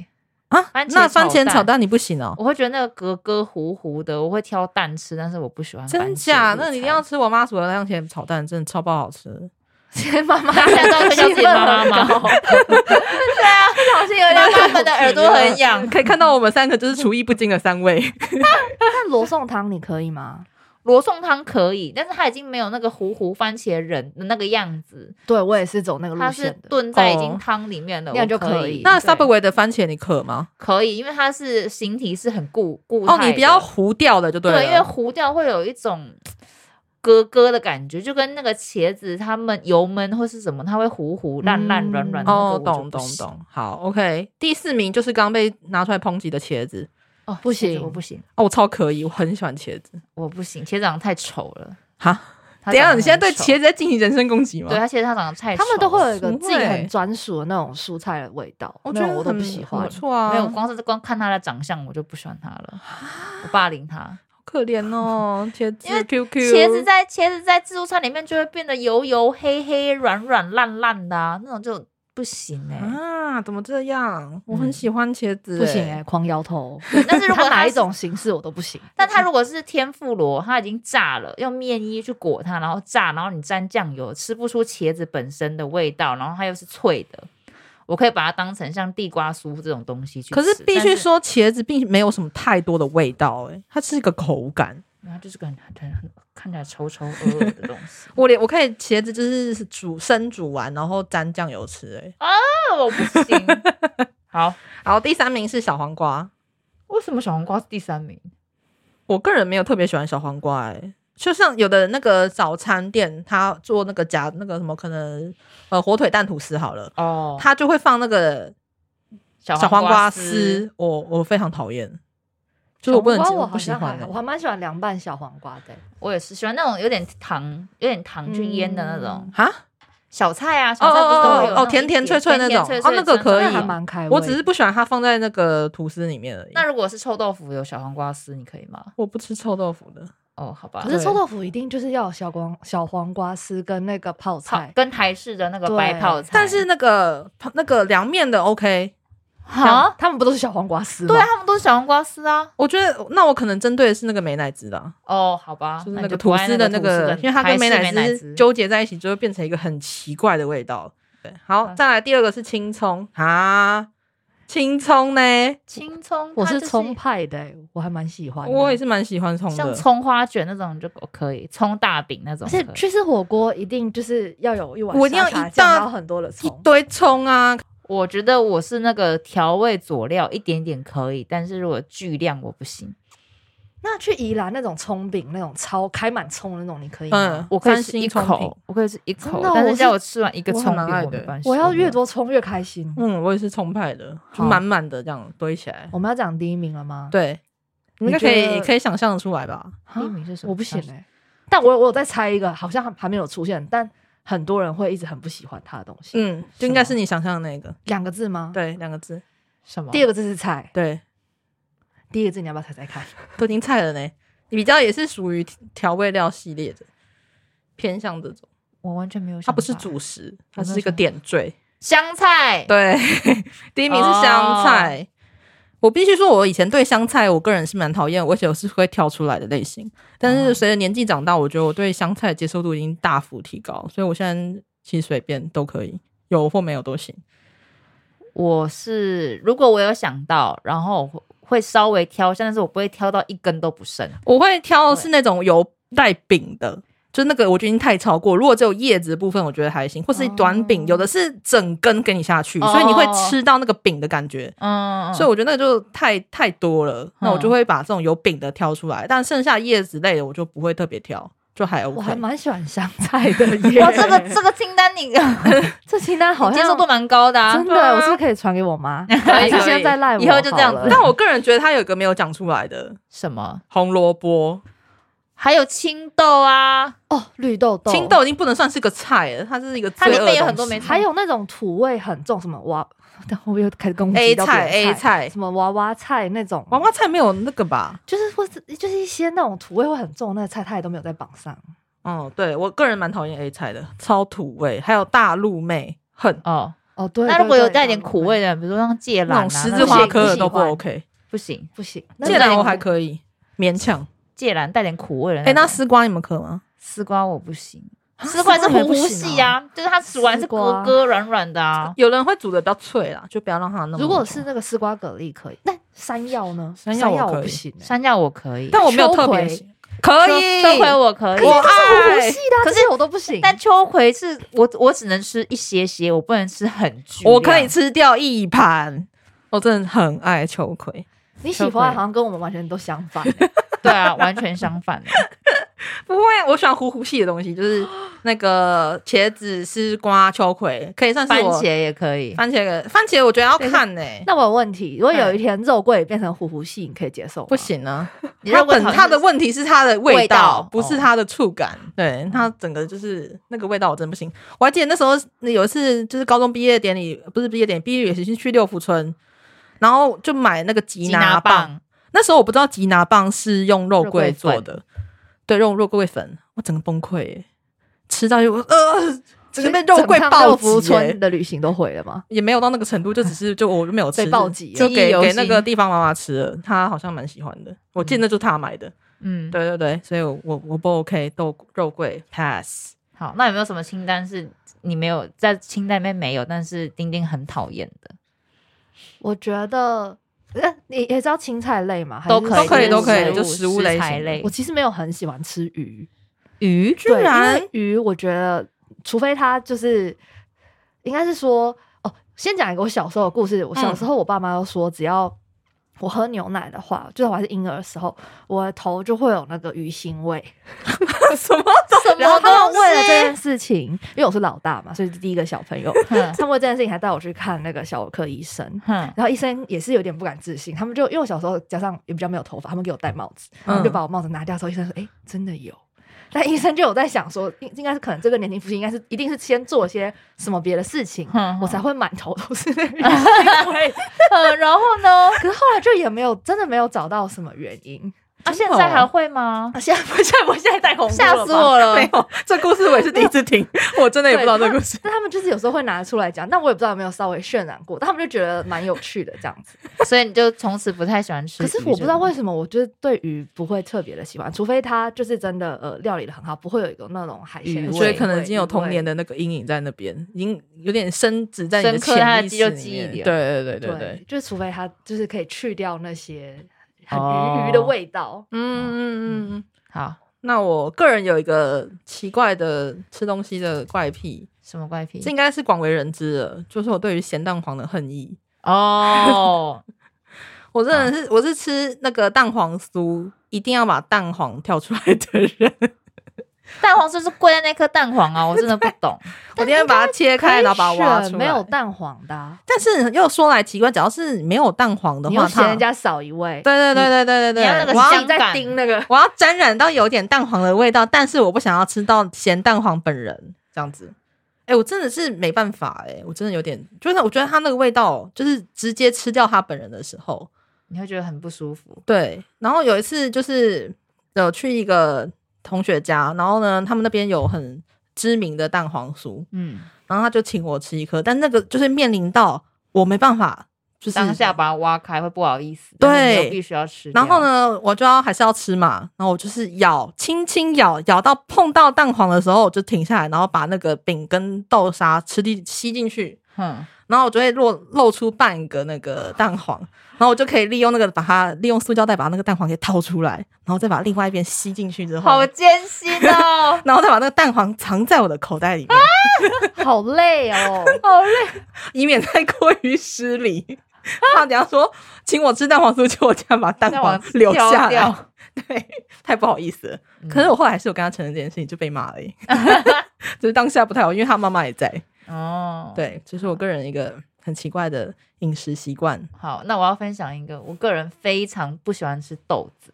[SPEAKER 1] 啊，
[SPEAKER 2] 番茄
[SPEAKER 1] 那番
[SPEAKER 2] 炒
[SPEAKER 1] 茄
[SPEAKER 2] 蛋
[SPEAKER 1] 炒蛋你不行哦，
[SPEAKER 2] 我会觉得那个格格糊糊的，我会挑蛋吃，但是我不喜欢番茄
[SPEAKER 1] 真假？
[SPEAKER 2] 入
[SPEAKER 1] 那你一定
[SPEAKER 2] 菜
[SPEAKER 1] 要吃我妈煮的番茄炒蛋，真的超爆好吃。
[SPEAKER 3] 现在妈妈
[SPEAKER 2] 大家都要推销自己 妈妈吗？ 对啊，小心有点他们的耳朵很痒。
[SPEAKER 1] 可以看到我们三个就是厨艺不精的三 位。
[SPEAKER 3] 那罗宋汤你可以吗？
[SPEAKER 2] 罗宋汤可以，但是它已经没有那个糊糊番茄仁的那个样子，
[SPEAKER 3] 对我也是走那个
[SPEAKER 2] 它
[SPEAKER 3] 路
[SPEAKER 2] 是
[SPEAKER 3] 线的。
[SPEAKER 2] 炖在已经
[SPEAKER 1] 哦
[SPEAKER 2] 汤里面了，
[SPEAKER 3] 那样
[SPEAKER 2] 我
[SPEAKER 3] 就
[SPEAKER 2] 可
[SPEAKER 3] 可以
[SPEAKER 1] 那
[SPEAKER 2] 对
[SPEAKER 1] Subway 的番茄你可吗？
[SPEAKER 2] 可以，因为它是形体是很固固
[SPEAKER 1] 哦，
[SPEAKER 2] 态
[SPEAKER 1] 你
[SPEAKER 2] 的
[SPEAKER 1] 比较糊掉的就对了。
[SPEAKER 2] 对，因为糊掉会有一种咯咯的感觉，就跟那个茄子它们油焖或是什么，它会糊糊烂烂
[SPEAKER 3] 嗯
[SPEAKER 2] 软软的那个
[SPEAKER 1] 哦，
[SPEAKER 2] 我就
[SPEAKER 1] 懂
[SPEAKER 2] 不
[SPEAKER 1] 懂
[SPEAKER 2] 行
[SPEAKER 1] 懂。好，OK，第四名就是刚被拿出来抨击的茄子。
[SPEAKER 2] 哦，
[SPEAKER 3] 不
[SPEAKER 2] 茄子
[SPEAKER 3] 行
[SPEAKER 2] 我不行，
[SPEAKER 1] 哦，我超可以，我很喜欢茄子。
[SPEAKER 2] 我不行，茄子长得太丑了。
[SPEAKER 1] 哈，
[SPEAKER 2] 它
[SPEAKER 1] 等一下你
[SPEAKER 2] 长得
[SPEAKER 1] 现在
[SPEAKER 2] 很
[SPEAKER 1] 对
[SPEAKER 2] 丑
[SPEAKER 1] 茄子在进行人身攻击吗？
[SPEAKER 2] 对，它啊其实它长得太丑了，
[SPEAKER 3] 他们都会有一个
[SPEAKER 1] 不
[SPEAKER 3] 自己很
[SPEAKER 1] 会
[SPEAKER 3] 专属的那种蔬菜的味道，
[SPEAKER 1] 我觉得
[SPEAKER 3] 那种我都不
[SPEAKER 1] 很
[SPEAKER 3] 喜
[SPEAKER 1] 很
[SPEAKER 3] 欢
[SPEAKER 1] 不。错啊，啊
[SPEAKER 2] 没有，光是光看他的长相，我就不喜欢他了，我霸凌他。
[SPEAKER 1] 可怜哦，茄
[SPEAKER 2] 因
[SPEAKER 1] 子
[SPEAKER 2] 为
[SPEAKER 1] QQ，
[SPEAKER 2] 茄子在茄子在自助餐里面就会变得油油黑黑、软软烂烂的、啊，那种就不行哎、
[SPEAKER 1] 啊，怎么这样？我
[SPEAKER 2] 嗯
[SPEAKER 1] 很喜欢茄子、
[SPEAKER 3] 不行哎、
[SPEAKER 1] 哎、
[SPEAKER 3] 狂摇头。
[SPEAKER 2] 但是如果
[SPEAKER 3] 它
[SPEAKER 2] 它
[SPEAKER 3] 哪一
[SPEAKER 2] 是
[SPEAKER 3] 种形式我都不行。
[SPEAKER 2] 但它如果是天妇罗，它已经炸了，用面衣去裹它，然后炸，然后你沾酱油，吃不出茄子本身的味道，然后它又是脆的，我可以把它当成像地瓜酥这种东西去吃。
[SPEAKER 1] 可是必
[SPEAKER 2] 但
[SPEAKER 1] 须，说，茄子并没有什么太多的味道、哎，它是一个口感。
[SPEAKER 2] 它就是个很很很看起来稠稠鹅鹅的东 西。
[SPEAKER 1] 我连我可以茄子就是煮生煮完，然后沾酱油吃、啊
[SPEAKER 2] 那我不行。 好，
[SPEAKER 1] 哎，然后第三名是小黄瓜，
[SPEAKER 2] 为什么小黄瓜是第三名？
[SPEAKER 1] 我个人没有特别喜欢小黄瓜、哎。就像有的那个早餐店，他做那个夹那个什么，可能呃火腿蛋吐司好了，
[SPEAKER 2] 哦，
[SPEAKER 1] 他就会放那个
[SPEAKER 2] 小
[SPEAKER 1] 小黄瓜
[SPEAKER 2] 丝
[SPEAKER 1] 丝，我我非常讨厌，就是我不能
[SPEAKER 3] 小
[SPEAKER 1] 接
[SPEAKER 3] 黄瓜我
[SPEAKER 1] 我
[SPEAKER 3] 好
[SPEAKER 1] 不喜
[SPEAKER 3] 像
[SPEAKER 1] 欢欸
[SPEAKER 3] 还
[SPEAKER 1] 的
[SPEAKER 3] 好，我。还蛮喜欢凉拌小黄瓜的、
[SPEAKER 2] 我也是喜欢那种有点糖、有点糖去腌的那种、
[SPEAKER 1] 哈，
[SPEAKER 2] 小菜
[SPEAKER 1] 嗯
[SPEAKER 2] 啊，
[SPEAKER 1] 哦
[SPEAKER 2] 小菜不是都会
[SPEAKER 1] 哦
[SPEAKER 2] 有
[SPEAKER 1] 哦哦
[SPEAKER 2] 那种
[SPEAKER 1] 甜甜脆脆那
[SPEAKER 2] 甜甜
[SPEAKER 1] 种
[SPEAKER 2] 脆脆
[SPEAKER 1] 哦那个
[SPEAKER 2] 酸
[SPEAKER 1] 可
[SPEAKER 2] 酸
[SPEAKER 1] 以
[SPEAKER 3] 那
[SPEAKER 2] 的
[SPEAKER 3] 还
[SPEAKER 2] 那种
[SPEAKER 3] 蛮开胃。
[SPEAKER 1] 我只是不喜欢它放在那个吐司里面而已。
[SPEAKER 2] 那如果是臭豆腐有小黄瓜丝，你可以吗？
[SPEAKER 1] 我不吃臭豆腐的，
[SPEAKER 2] 哦，好吧
[SPEAKER 3] 可，是臭豆腐一定就是要有小光小黄瓜丝跟那个泡
[SPEAKER 2] 泡
[SPEAKER 3] 菜，
[SPEAKER 2] 跟台式的那个
[SPEAKER 3] 对
[SPEAKER 2] 白泡菜，
[SPEAKER 1] 但是那个那个凉面的 OK，
[SPEAKER 2] 啊，
[SPEAKER 3] 他们不都是小黄瓜丝吗？
[SPEAKER 2] 对啊，他们都是小黄瓜丝啊。
[SPEAKER 1] 我觉得那我可能针对的是那个美乃滋的啊，
[SPEAKER 2] 哦，好吧，
[SPEAKER 1] 就是
[SPEAKER 2] 那
[SPEAKER 1] 那
[SPEAKER 2] 你
[SPEAKER 1] 个
[SPEAKER 2] 就
[SPEAKER 1] 吐
[SPEAKER 2] 不爱
[SPEAKER 1] 司
[SPEAKER 2] 那
[SPEAKER 1] 的
[SPEAKER 2] 个
[SPEAKER 1] 那
[SPEAKER 2] 吐司
[SPEAKER 1] 个，因为它跟
[SPEAKER 2] 台式美乃
[SPEAKER 1] 滋纠结在一起，就会变成一个很奇怪的味道。对，好，再来第二个是青葱啊，青葱呢，
[SPEAKER 2] 青葱，
[SPEAKER 3] 我
[SPEAKER 2] 它
[SPEAKER 3] 是
[SPEAKER 2] 就
[SPEAKER 3] 葱派的、欸我还蛮喜欢的。
[SPEAKER 1] 我也是蛮喜欢葱
[SPEAKER 2] 哦像
[SPEAKER 1] 的。
[SPEAKER 2] 葱花卷那种就可以，葱大饼那种
[SPEAKER 3] 而
[SPEAKER 2] 可以，
[SPEAKER 3] 且去吃火锅一定就是要有一碗
[SPEAKER 1] 我一定要
[SPEAKER 3] 沙茶
[SPEAKER 1] 一
[SPEAKER 3] 酱
[SPEAKER 1] 大
[SPEAKER 3] 然后很多的
[SPEAKER 1] 一
[SPEAKER 3] 葱。
[SPEAKER 1] 堆葱啊，
[SPEAKER 2] 我觉得我是那个调味佐料一点点可以，但是如果巨量我不行。
[SPEAKER 3] 那去宜兰那种葱饼，那种超开满葱的那种，你可以吗？
[SPEAKER 1] 嗯，
[SPEAKER 2] 我可以
[SPEAKER 1] 三
[SPEAKER 2] 吃
[SPEAKER 1] 星
[SPEAKER 2] 一
[SPEAKER 1] 葱饼
[SPEAKER 2] 口，我可以吃一口
[SPEAKER 3] 真的，
[SPEAKER 2] 但
[SPEAKER 3] 我
[SPEAKER 2] 是
[SPEAKER 3] 是
[SPEAKER 2] 叫我吃完一个
[SPEAKER 1] 我
[SPEAKER 2] 葱
[SPEAKER 1] 还蛮
[SPEAKER 2] 饼，
[SPEAKER 1] 爱
[SPEAKER 2] 我没
[SPEAKER 1] 的
[SPEAKER 2] 办法。
[SPEAKER 3] 我要越，多葱越开心。
[SPEAKER 1] 嗯，我也是葱派的，就
[SPEAKER 3] 好
[SPEAKER 1] 满满的这样堆起来。
[SPEAKER 3] 我们要讲第一名了吗？
[SPEAKER 1] 对，你应该
[SPEAKER 3] 你觉
[SPEAKER 1] 可以
[SPEAKER 3] 得
[SPEAKER 1] 可以想象得出来吧？
[SPEAKER 3] 啊
[SPEAKER 2] 第一名是什么？
[SPEAKER 3] 我不行哎、但我我有在猜一个，好像还还没有出现，但很多人会一直很不喜欢他的东西。
[SPEAKER 1] 嗯，就应该是你想象的那个。
[SPEAKER 3] 两个字吗？。
[SPEAKER 1] 对，两个字。
[SPEAKER 2] 什么？
[SPEAKER 3] 第二个字是菜，
[SPEAKER 1] 对，
[SPEAKER 3] 第一个字你要不要猜猜看？
[SPEAKER 1] 都已经菜了呢。你比较也是属于调味料系列的，偏向这种。
[SPEAKER 2] 我完全没有想法。
[SPEAKER 1] 它不是主食，它
[SPEAKER 2] 没有
[SPEAKER 1] 是一个
[SPEAKER 2] 想法
[SPEAKER 1] 点缀。
[SPEAKER 2] 香菜，
[SPEAKER 1] 对， 第一名是香菜。我必须说，我以前对香菜，我个人是蛮讨厌，而且我是会挑出来的类型。但是随着年纪长大，我觉得我对香菜的接受度已经大幅提高，所以我现在其实随便都可以，有或没有都行。
[SPEAKER 2] 我是如果我有想到，然后我会会稍微挑一下，但是我不会挑到一根都不剩。
[SPEAKER 1] 我会挑的是那种有带饼的，就那个我觉得已经太超过。如果只有叶子的部分，我觉得还行，或是短饼，有的是整根给你下去，
[SPEAKER 2] 哦
[SPEAKER 1] 所以你会吃到那个饼的感觉。
[SPEAKER 2] 嗯，
[SPEAKER 1] 所以我觉得那个就太太多了，那我
[SPEAKER 2] 嗯
[SPEAKER 1] 就会把这种有饼的挑出来，但剩下叶子类的我就不会特别挑。就还 OK。
[SPEAKER 3] 我还蛮喜欢香菜的 耶。
[SPEAKER 2] 哇，哦这个这个清单你
[SPEAKER 3] 这清单好像
[SPEAKER 2] 接受度蛮高的啊
[SPEAKER 3] 真，的，
[SPEAKER 1] 对啊
[SPEAKER 3] 我是不是可以传给我妈？
[SPEAKER 1] 可
[SPEAKER 3] 还
[SPEAKER 1] 以
[SPEAKER 3] 是现在赖我
[SPEAKER 2] 以后就这样子
[SPEAKER 3] 好了
[SPEAKER 1] 但我个人觉得它有一个没有讲出来的
[SPEAKER 2] 什么？
[SPEAKER 1] 红萝卜，
[SPEAKER 2] 还有青豆啊，
[SPEAKER 3] 哦，绿豆豆，
[SPEAKER 1] 青豆已经不能算是个菜了，它是一个
[SPEAKER 2] 它
[SPEAKER 1] 罪
[SPEAKER 2] 里
[SPEAKER 1] 恶的
[SPEAKER 2] 面有很多
[SPEAKER 1] 东西
[SPEAKER 2] 没
[SPEAKER 3] 还有那种土味很重，什么娃，但后面又开始攻
[SPEAKER 1] A
[SPEAKER 3] 击到别
[SPEAKER 1] 菜
[SPEAKER 3] 人
[SPEAKER 1] A
[SPEAKER 3] 菜，
[SPEAKER 1] 菜，
[SPEAKER 3] 什么娃娃菜那种，
[SPEAKER 1] 娃娃菜没有那个吧？
[SPEAKER 3] 就是或是就是一些那种土味会很重的那个菜，它也都没有在榜上。
[SPEAKER 1] 哦，对我个人蛮讨厌 A 菜的，超土味，还有大陆妹，恨
[SPEAKER 2] 哦。
[SPEAKER 3] 哦，对，
[SPEAKER 2] 那如果
[SPEAKER 3] 对
[SPEAKER 2] 有
[SPEAKER 3] 对
[SPEAKER 2] 带点
[SPEAKER 3] 对
[SPEAKER 2] 苦味的，比如说像芥
[SPEAKER 1] 那
[SPEAKER 2] 兰啊、
[SPEAKER 1] 种十
[SPEAKER 2] 那
[SPEAKER 1] 字
[SPEAKER 2] 种
[SPEAKER 1] 花
[SPEAKER 2] 不
[SPEAKER 1] 科的
[SPEAKER 2] 喜
[SPEAKER 1] 都不
[SPEAKER 2] 欢
[SPEAKER 1] OK，
[SPEAKER 2] 不行。
[SPEAKER 3] 不行，那
[SPEAKER 1] 芥
[SPEAKER 3] 个
[SPEAKER 1] 兰我还可以勉强。
[SPEAKER 2] 芥兰带点苦味的，
[SPEAKER 1] 哎，那丝瓜你们可吗？
[SPEAKER 2] 丝瓜我不行，丝
[SPEAKER 1] 丝
[SPEAKER 2] 瓜
[SPEAKER 1] 瓜
[SPEAKER 2] 是
[SPEAKER 1] 你们不
[SPEAKER 2] 糊糊
[SPEAKER 1] 行
[SPEAKER 2] 系啊，就是它煮完是
[SPEAKER 3] 丝
[SPEAKER 2] 咯
[SPEAKER 3] 瓜
[SPEAKER 2] 咯软软的啊。
[SPEAKER 1] 有人会煮的比较脆啦，就不要让它那么。
[SPEAKER 3] 如果是那个丝瓜蛤蜊可以，那山药呢？
[SPEAKER 1] 山药
[SPEAKER 3] 药
[SPEAKER 1] 我可以
[SPEAKER 3] 我不行欸，
[SPEAKER 2] 山药我可以，
[SPEAKER 1] 但我没有
[SPEAKER 3] 秋
[SPEAKER 1] 特别
[SPEAKER 3] 葵
[SPEAKER 1] 喜可以，
[SPEAKER 2] 秋葵我
[SPEAKER 3] 欸
[SPEAKER 2] 可以
[SPEAKER 1] 我，
[SPEAKER 3] 我
[SPEAKER 1] 爱
[SPEAKER 3] 系。的啊，
[SPEAKER 2] 可
[SPEAKER 3] 这些我都不行。
[SPEAKER 2] 但秋葵是我我只能吃一些些，我不能吃很巨量。
[SPEAKER 1] 我可以吃掉一盘。我真的很爱秋葵，
[SPEAKER 3] 你喜
[SPEAKER 2] 秋葵
[SPEAKER 3] 欢好像跟我们完全都相 反欸，
[SPEAKER 2] 对啊，完全相反 的。
[SPEAKER 1] 不会，我喜欢糊糊系的东西，就是那个茄子、丝瓜、秋葵，可以算是
[SPEAKER 2] 番
[SPEAKER 1] 我
[SPEAKER 2] 茄也可以，
[SPEAKER 1] 番茄，番茄我觉得要看欸呢、
[SPEAKER 3] 那我有问题，如果有
[SPEAKER 1] 嗯
[SPEAKER 3] 一天肉桂变成糊糊系，你可以接受吗
[SPEAKER 1] 不，行啊，
[SPEAKER 2] 你
[SPEAKER 1] 它
[SPEAKER 2] 如果
[SPEAKER 1] 本
[SPEAKER 2] 讨厌
[SPEAKER 1] 它的问题是它的
[SPEAKER 2] 味
[SPEAKER 1] 味道，
[SPEAKER 2] 道
[SPEAKER 1] 不是它的触感。对，它整个就是那个味道，我真的不行。我还记得那时候有一次，就是高中毕业典礼，不是毕业典礼，毕业旅行去六福村，然后就买那个吉
[SPEAKER 2] 吉
[SPEAKER 1] 拿
[SPEAKER 2] 拿
[SPEAKER 1] 棒，
[SPEAKER 2] 棒，
[SPEAKER 1] 那时候我不知道吉拿棒是用肉桂做
[SPEAKER 2] 肉桂
[SPEAKER 1] 的，对，用肉桂粉，我整个崩溃耶、吃到就呃，整个被肉桂
[SPEAKER 3] 整趟
[SPEAKER 1] 暴
[SPEAKER 3] 六福
[SPEAKER 1] 击、耶
[SPEAKER 3] 村的旅行都毁了吗？
[SPEAKER 1] 也没有到那个程度，就只是就我就没有吃，
[SPEAKER 3] 被暴击
[SPEAKER 1] 就
[SPEAKER 2] 记忆
[SPEAKER 1] 给
[SPEAKER 2] 犹
[SPEAKER 1] 给
[SPEAKER 2] 新
[SPEAKER 1] 那个地方妈妈吃了，她好像蛮喜欢的，我记得那就是她买的，
[SPEAKER 2] 嗯，
[SPEAKER 1] 对对对，所以我我我不 OK，豆肉桂 pass，
[SPEAKER 2] 好，那有没有什么清单是你没有在清单里面没有，但是丁丁很讨厌的？
[SPEAKER 3] 我觉得，呃，你也知道青菜类嘛，还是
[SPEAKER 2] 都可以，
[SPEAKER 1] 都可以都可以
[SPEAKER 3] 食物类
[SPEAKER 1] 就食
[SPEAKER 2] 食
[SPEAKER 1] 物类
[SPEAKER 2] 材
[SPEAKER 1] 型的
[SPEAKER 2] 类
[SPEAKER 3] 我。其实没有很喜欢吃鱼，
[SPEAKER 1] 鱼居
[SPEAKER 3] 对，因
[SPEAKER 1] 然
[SPEAKER 3] 为鱼我觉得，除非它就是，应该是说，哦，先讲一个我小时候的故事。我小时候，我爸妈都说，只要我喝牛奶的话，就是我还是婴儿的时候，我的头就会有那个鱼腥味。
[SPEAKER 1] 什么
[SPEAKER 2] 什
[SPEAKER 3] 然
[SPEAKER 2] 么
[SPEAKER 3] 后他
[SPEAKER 2] 东
[SPEAKER 3] 们为了这
[SPEAKER 2] 西？
[SPEAKER 3] 件事情，因为我是老大嘛，所以是第一个小朋 友，
[SPEAKER 2] 哼
[SPEAKER 3] 他们为这件事情还带我去看那个小儿科医生。
[SPEAKER 2] 哼，
[SPEAKER 3] 然后医生也是有点不敢置信，他们就因为我小时候加上也比较没有头发，他们给我戴帽子，他们就把我帽子拿掉的时候，医生说：“哎、真的有。”但医生就有在想说，应应该是可能这个年轻夫妻应该是一定是先做些什么别的事情，
[SPEAKER 2] 哼
[SPEAKER 3] 我才会满头都是那个腥味。
[SPEAKER 2] 呃，然后 呢？
[SPEAKER 3] 可是后来就也没有真的没有找到什么原因。
[SPEAKER 2] 啊，现
[SPEAKER 1] 的哦
[SPEAKER 2] 在还会吗？
[SPEAKER 3] 啊，现在 不现在我现在戴红
[SPEAKER 2] 吓死我了！
[SPEAKER 1] 没有，这故事我也是第一次听， 我真的也不知道这故事。
[SPEAKER 3] 但他们就是有时候会拿出来讲，但我也不知道有没有稍微渲染过，但他们就觉得蛮有趣的这样子。
[SPEAKER 2] 所以你就从此不太喜欢吃
[SPEAKER 3] 可
[SPEAKER 2] 鱼。
[SPEAKER 3] 是我不知道为什么，我就是对鱼不会特别的喜欢，除非它就是真的呃料理的很好，不会有一个那种海鲜
[SPEAKER 2] 鱼
[SPEAKER 3] 的
[SPEAKER 1] 我
[SPEAKER 2] 味
[SPEAKER 3] 腥
[SPEAKER 1] 觉
[SPEAKER 3] 味。
[SPEAKER 1] 得可能已经有童年
[SPEAKER 3] 的
[SPEAKER 1] 的那个阴影在那边，已经有点深植在你的
[SPEAKER 2] 深刻它
[SPEAKER 1] 潜
[SPEAKER 2] 的
[SPEAKER 1] 意
[SPEAKER 2] 肌肉
[SPEAKER 1] 识
[SPEAKER 2] 记
[SPEAKER 1] 里面。
[SPEAKER 2] 忆
[SPEAKER 1] 对
[SPEAKER 2] 了
[SPEAKER 1] 对对对
[SPEAKER 3] 对
[SPEAKER 1] 对，
[SPEAKER 3] 就是除非它就是可以去掉那些很
[SPEAKER 2] 哦
[SPEAKER 3] 鱼鱼的味道。
[SPEAKER 1] 嗯嗯嗯嗯。
[SPEAKER 2] 好
[SPEAKER 1] 那我个人有一个奇怪的吃东西的怪癖，
[SPEAKER 2] 什么怪癖
[SPEAKER 1] 这应该是广为人知的，就是我对于咸蛋黄的恨意。
[SPEAKER 2] 哦，
[SPEAKER 1] 我真的是，我是吃那个蛋黄酥，一定要把蛋黄挑出来的人，
[SPEAKER 2] 蛋黄是不是贵在那颗蛋黄啊？我 真的不懂。
[SPEAKER 1] 我一定要把它切开，然后把它挖
[SPEAKER 3] 可以
[SPEAKER 1] 出
[SPEAKER 3] 选
[SPEAKER 1] 来。
[SPEAKER 3] 没有，蛋黄的啊、
[SPEAKER 1] 但是又说来奇怪，只要是没有蛋黄的
[SPEAKER 3] 你
[SPEAKER 1] 话，
[SPEAKER 3] 又
[SPEAKER 1] 它
[SPEAKER 3] 嫌人家少一味，
[SPEAKER 1] 对对对对对
[SPEAKER 2] 你要
[SPEAKER 1] 对
[SPEAKER 2] 那个
[SPEAKER 1] 对，我要
[SPEAKER 2] 香
[SPEAKER 3] 你在
[SPEAKER 2] 感
[SPEAKER 3] 盯 那个。
[SPEAKER 1] 我要沾染到有点蛋黄的味道，但是我不想要吃到咸蛋黄本人这样子。哎、我真的是没办法哎、我真的有点，就是我觉得它那个味道，就是直接吃掉它本人的时候，
[SPEAKER 2] 你会觉得很不舒服。
[SPEAKER 1] 对。然后有一次就是有去一个同学家，然后呢，他们那边有很知名的蛋黄酥，
[SPEAKER 2] 嗯，
[SPEAKER 1] 然后他就请我吃一颗，但那个就是面临到我没办法，就是
[SPEAKER 2] 当下把它挖开会不好意思，
[SPEAKER 1] 对
[SPEAKER 2] 但是你又必须要吃。
[SPEAKER 1] 然后？呢，我就要还是要吃嘛，然后我就是咬，轻轻咬，咬到碰到蛋黄的时候，我就停下来，然后把那个饼跟豆沙吃进吸进去，
[SPEAKER 2] 哼，
[SPEAKER 1] 然后我就会露露出半个那个蛋黄，然后我就可以利用那个把它利用塑胶袋把那个蛋黄给掏出来，然后再把另外一边吸进去之后，
[SPEAKER 2] 好，艰辛哦
[SPEAKER 1] 然后再把那个蛋黄藏在我的口袋里面，
[SPEAKER 3] 好累哦，
[SPEAKER 2] 好累。
[SPEAKER 1] 以免太过于失礼。怕等下说请我吃蛋黄酥，结果竟然把蛋
[SPEAKER 2] 再
[SPEAKER 1] 黄
[SPEAKER 2] 往
[SPEAKER 1] 留下来，
[SPEAKER 2] 掉掉
[SPEAKER 1] 对，太不好意思了。
[SPEAKER 2] 嗯
[SPEAKER 1] 可是我后来还是有跟他承认这件事情，就被骂而已， 只是当下不太好，因为他妈妈也在。
[SPEAKER 2] 哦，，
[SPEAKER 1] 对，这、是我个人一个很奇怪的饮食习惯。
[SPEAKER 2] 好，那我要分享一个，我个人非常不喜欢吃豆子，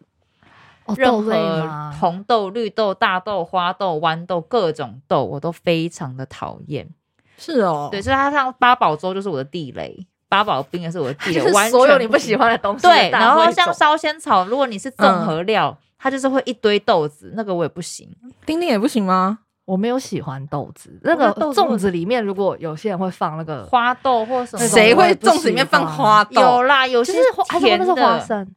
[SPEAKER 3] 哦，
[SPEAKER 2] 任
[SPEAKER 3] 豆类
[SPEAKER 2] 何
[SPEAKER 3] 吗？
[SPEAKER 2] 红豆、绿豆、大豆、花豆、豌豆各种豆，我都非常的讨厌。
[SPEAKER 1] 是哦，
[SPEAKER 2] 对，所以它像八宝粥就是我的地雷，八宝冰也是我的地
[SPEAKER 3] 就
[SPEAKER 2] 雷，
[SPEAKER 3] 是
[SPEAKER 2] 完
[SPEAKER 3] 所有
[SPEAKER 2] 全
[SPEAKER 3] 你不喜欢的东西的
[SPEAKER 2] 对，
[SPEAKER 3] 大嗯
[SPEAKER 2] 然后
[SPEAKER 3] 汇
[SPEAKER 2] 像
[SPEAKER 3] 总
[SPEAKER 2] 烧仙草，如果你是综合料，它就是会一堆豆子，那个我也不行。
[SPEAKER 1] 丁丁也不行吗？
[SPEAKER 3] 我没有喜欢豆子，那
[SPEAKER 2] 那
[SPEAKER 3] 个
[SPEAKER 2] 豆子
[SPEAKER 3] 粽子里面如果有些人会放那个，
[SPEAKER 2] 花豆或什么
[SPEAKER 1] 谁
[SPEAKER 3] 我
[SPEAKER 1] 会
[SPEAKER 3] 也不
[SPEAKER 1] 粽子里面放
[SPEAKER 3] 喜欢
[SPEAKER 1] 花豆？
[SPEAKER 2] 有啦，有
[SPEAKER 3] 就
[SPEAKER 2] 些
[SPEAKER 3] 是花还是
[SPEAKER 2] 甜
[SPEAKER 3] 那
[SPEAKER 2] 的
[SPEAKER 3] 是花生，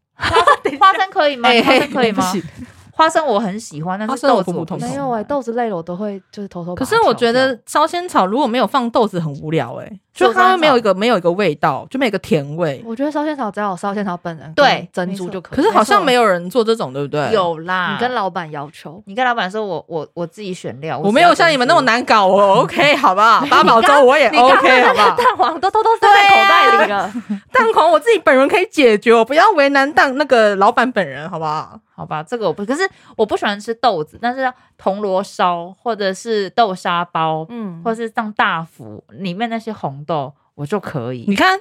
[SPEAKER 2] 花生可 以吗？
[SPEAKER 1] 哎
[SPEAKER 2] 花生可以吗？
[SPEAKER 1] 不行
[SPEAKER 2] 花生我很喜欢，但
[SPEAKER 1] 花
[SPEAKER 2] 是
[SPEAKER 1] 生我
[SPEAKER 2] 豆子
[SPEAKER 1] 普普
[SPEAKER 2] 不啊
[SPEAKER 1] 通
[SPEAKER 2] 喜
[SPEAKER 1] 通
[SPEAKER 2] 欢
[SPEAKER 3] 没有哎、豆子类的我都会就是偷偷把
[SPEAKER 1] 可
[SPEAKER 3] 它
[SPEAKER 1] 是
[SPEAKER 3] 挑掉。
[SPEAKER 1] 我觉得烧仙草如果没有放豆子很无聊哎、就
[SPEAKER 2] 烧仙
[SPEAKER 1] 它
[SPEAKER 2] 草
[SPEAKER 1] 没有一个没有一个味道，就没有一个甜味。
[SPEAKER 3] 我觉得烧仙草只要有烧仙草本人
[SPEAKER 2] 对
[SPEAKER 3] 跟珍
[SPEAKER 2] 没
[SPEAKER 3] 珠
[SPEAKER 2] 错
[SPEAKER 3] 就可以。
[SPEAKER 1] 可是好像
[SPEAKER 3] 没
[SPEAKER 1] 没有人做这种，对不对？，
[SPEAKER 2] 有
[SPEAKER 3] 错
[SPEAKER 2] 啦，
[SPEAKER 3] 你跟老板要求，
[SPEAKER 2] 你跟老板说我我我自己选料，
[SPEAKER 1] 我没有像你们那么
[SPEAKER 2] 难。
[SPEAKER 1] 难搞哦。OK，好 吧， 八宝粥我也
[SPEAKER 3] 你刚刚
[SPEAKER 1] OK，好啊吧。
[SPEAKER 3] 蛋黄都偷偷塞在口袋里了。
[SPEAKER 1] 蛋黄我自己本人可以解决，我不要为难蛋那个老板本人，好不好？
[SPEAKER 2] 好吧，这个我不，可是我不喜欢吃豆子，但是铜锣烧或者是豆沙包，
[SPEAKER 3] 嗯，
[SPEAKER 2] 或是像大福里面那些红豆，我就可以。
[SPEAKER 1] 你看，